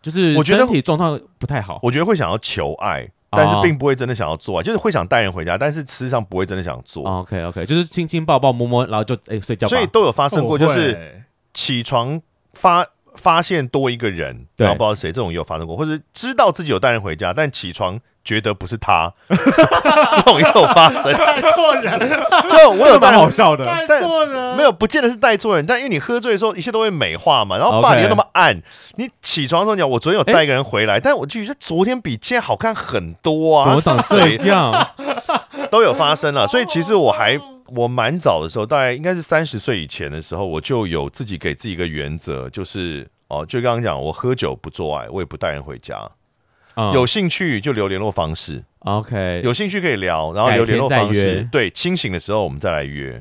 C: 就是
D: 我觉得
C: 身体状况不太好。
D: 我觉得会想要求爱，
C: 哦
D: 但是并不会真的想要做爱，就是会想带人回家，但是事实上不会真的想做。
C: 哦 OK OK，就是亲亲抱抱摸摸，然后就哎、睡觉吧
D: 所以。都有发生
C: 哦
D: 过，
A: 我
D: 就是
A: 会
D: 起床发发现多一个人，
C: 对
D: 然后不知道是谁，这种也有发生过，或者知道自己有带人回家，但起床觉得不 是他，这种也有发生。
A: 带错人，
D: 就我有带
A: 蛮
D: 人
A: 好笑 的，
D: 但
A: 带错人，
D: 没有，不见得是带错人，但因为你喝醉的时候，一切都会美化嘛。然后
C: OK
D: 爸你又那么暗，你起床的时候你讲我昨天有带一个人回来，但我就觉得昨天比今天好看很多
C: 怎
D: 啊，
C: 么长
D: 谁
C: 这 样？
D: 都有发生了。所以其实我还我蛮早的时候，大概应该是三十岁以前的时候，我就有自己给自己一个原则，就是。哦，就刚刚讲，我喝酒不做爱，我也不带人回家。
C: 嗯
D: 有兴趣就留联络方式，
C: OK，
D: 有兴趣可以聊，然后留联络
C: 改天再
D: 方式
C: 约。
D: 对，清醒的时候我们再来约。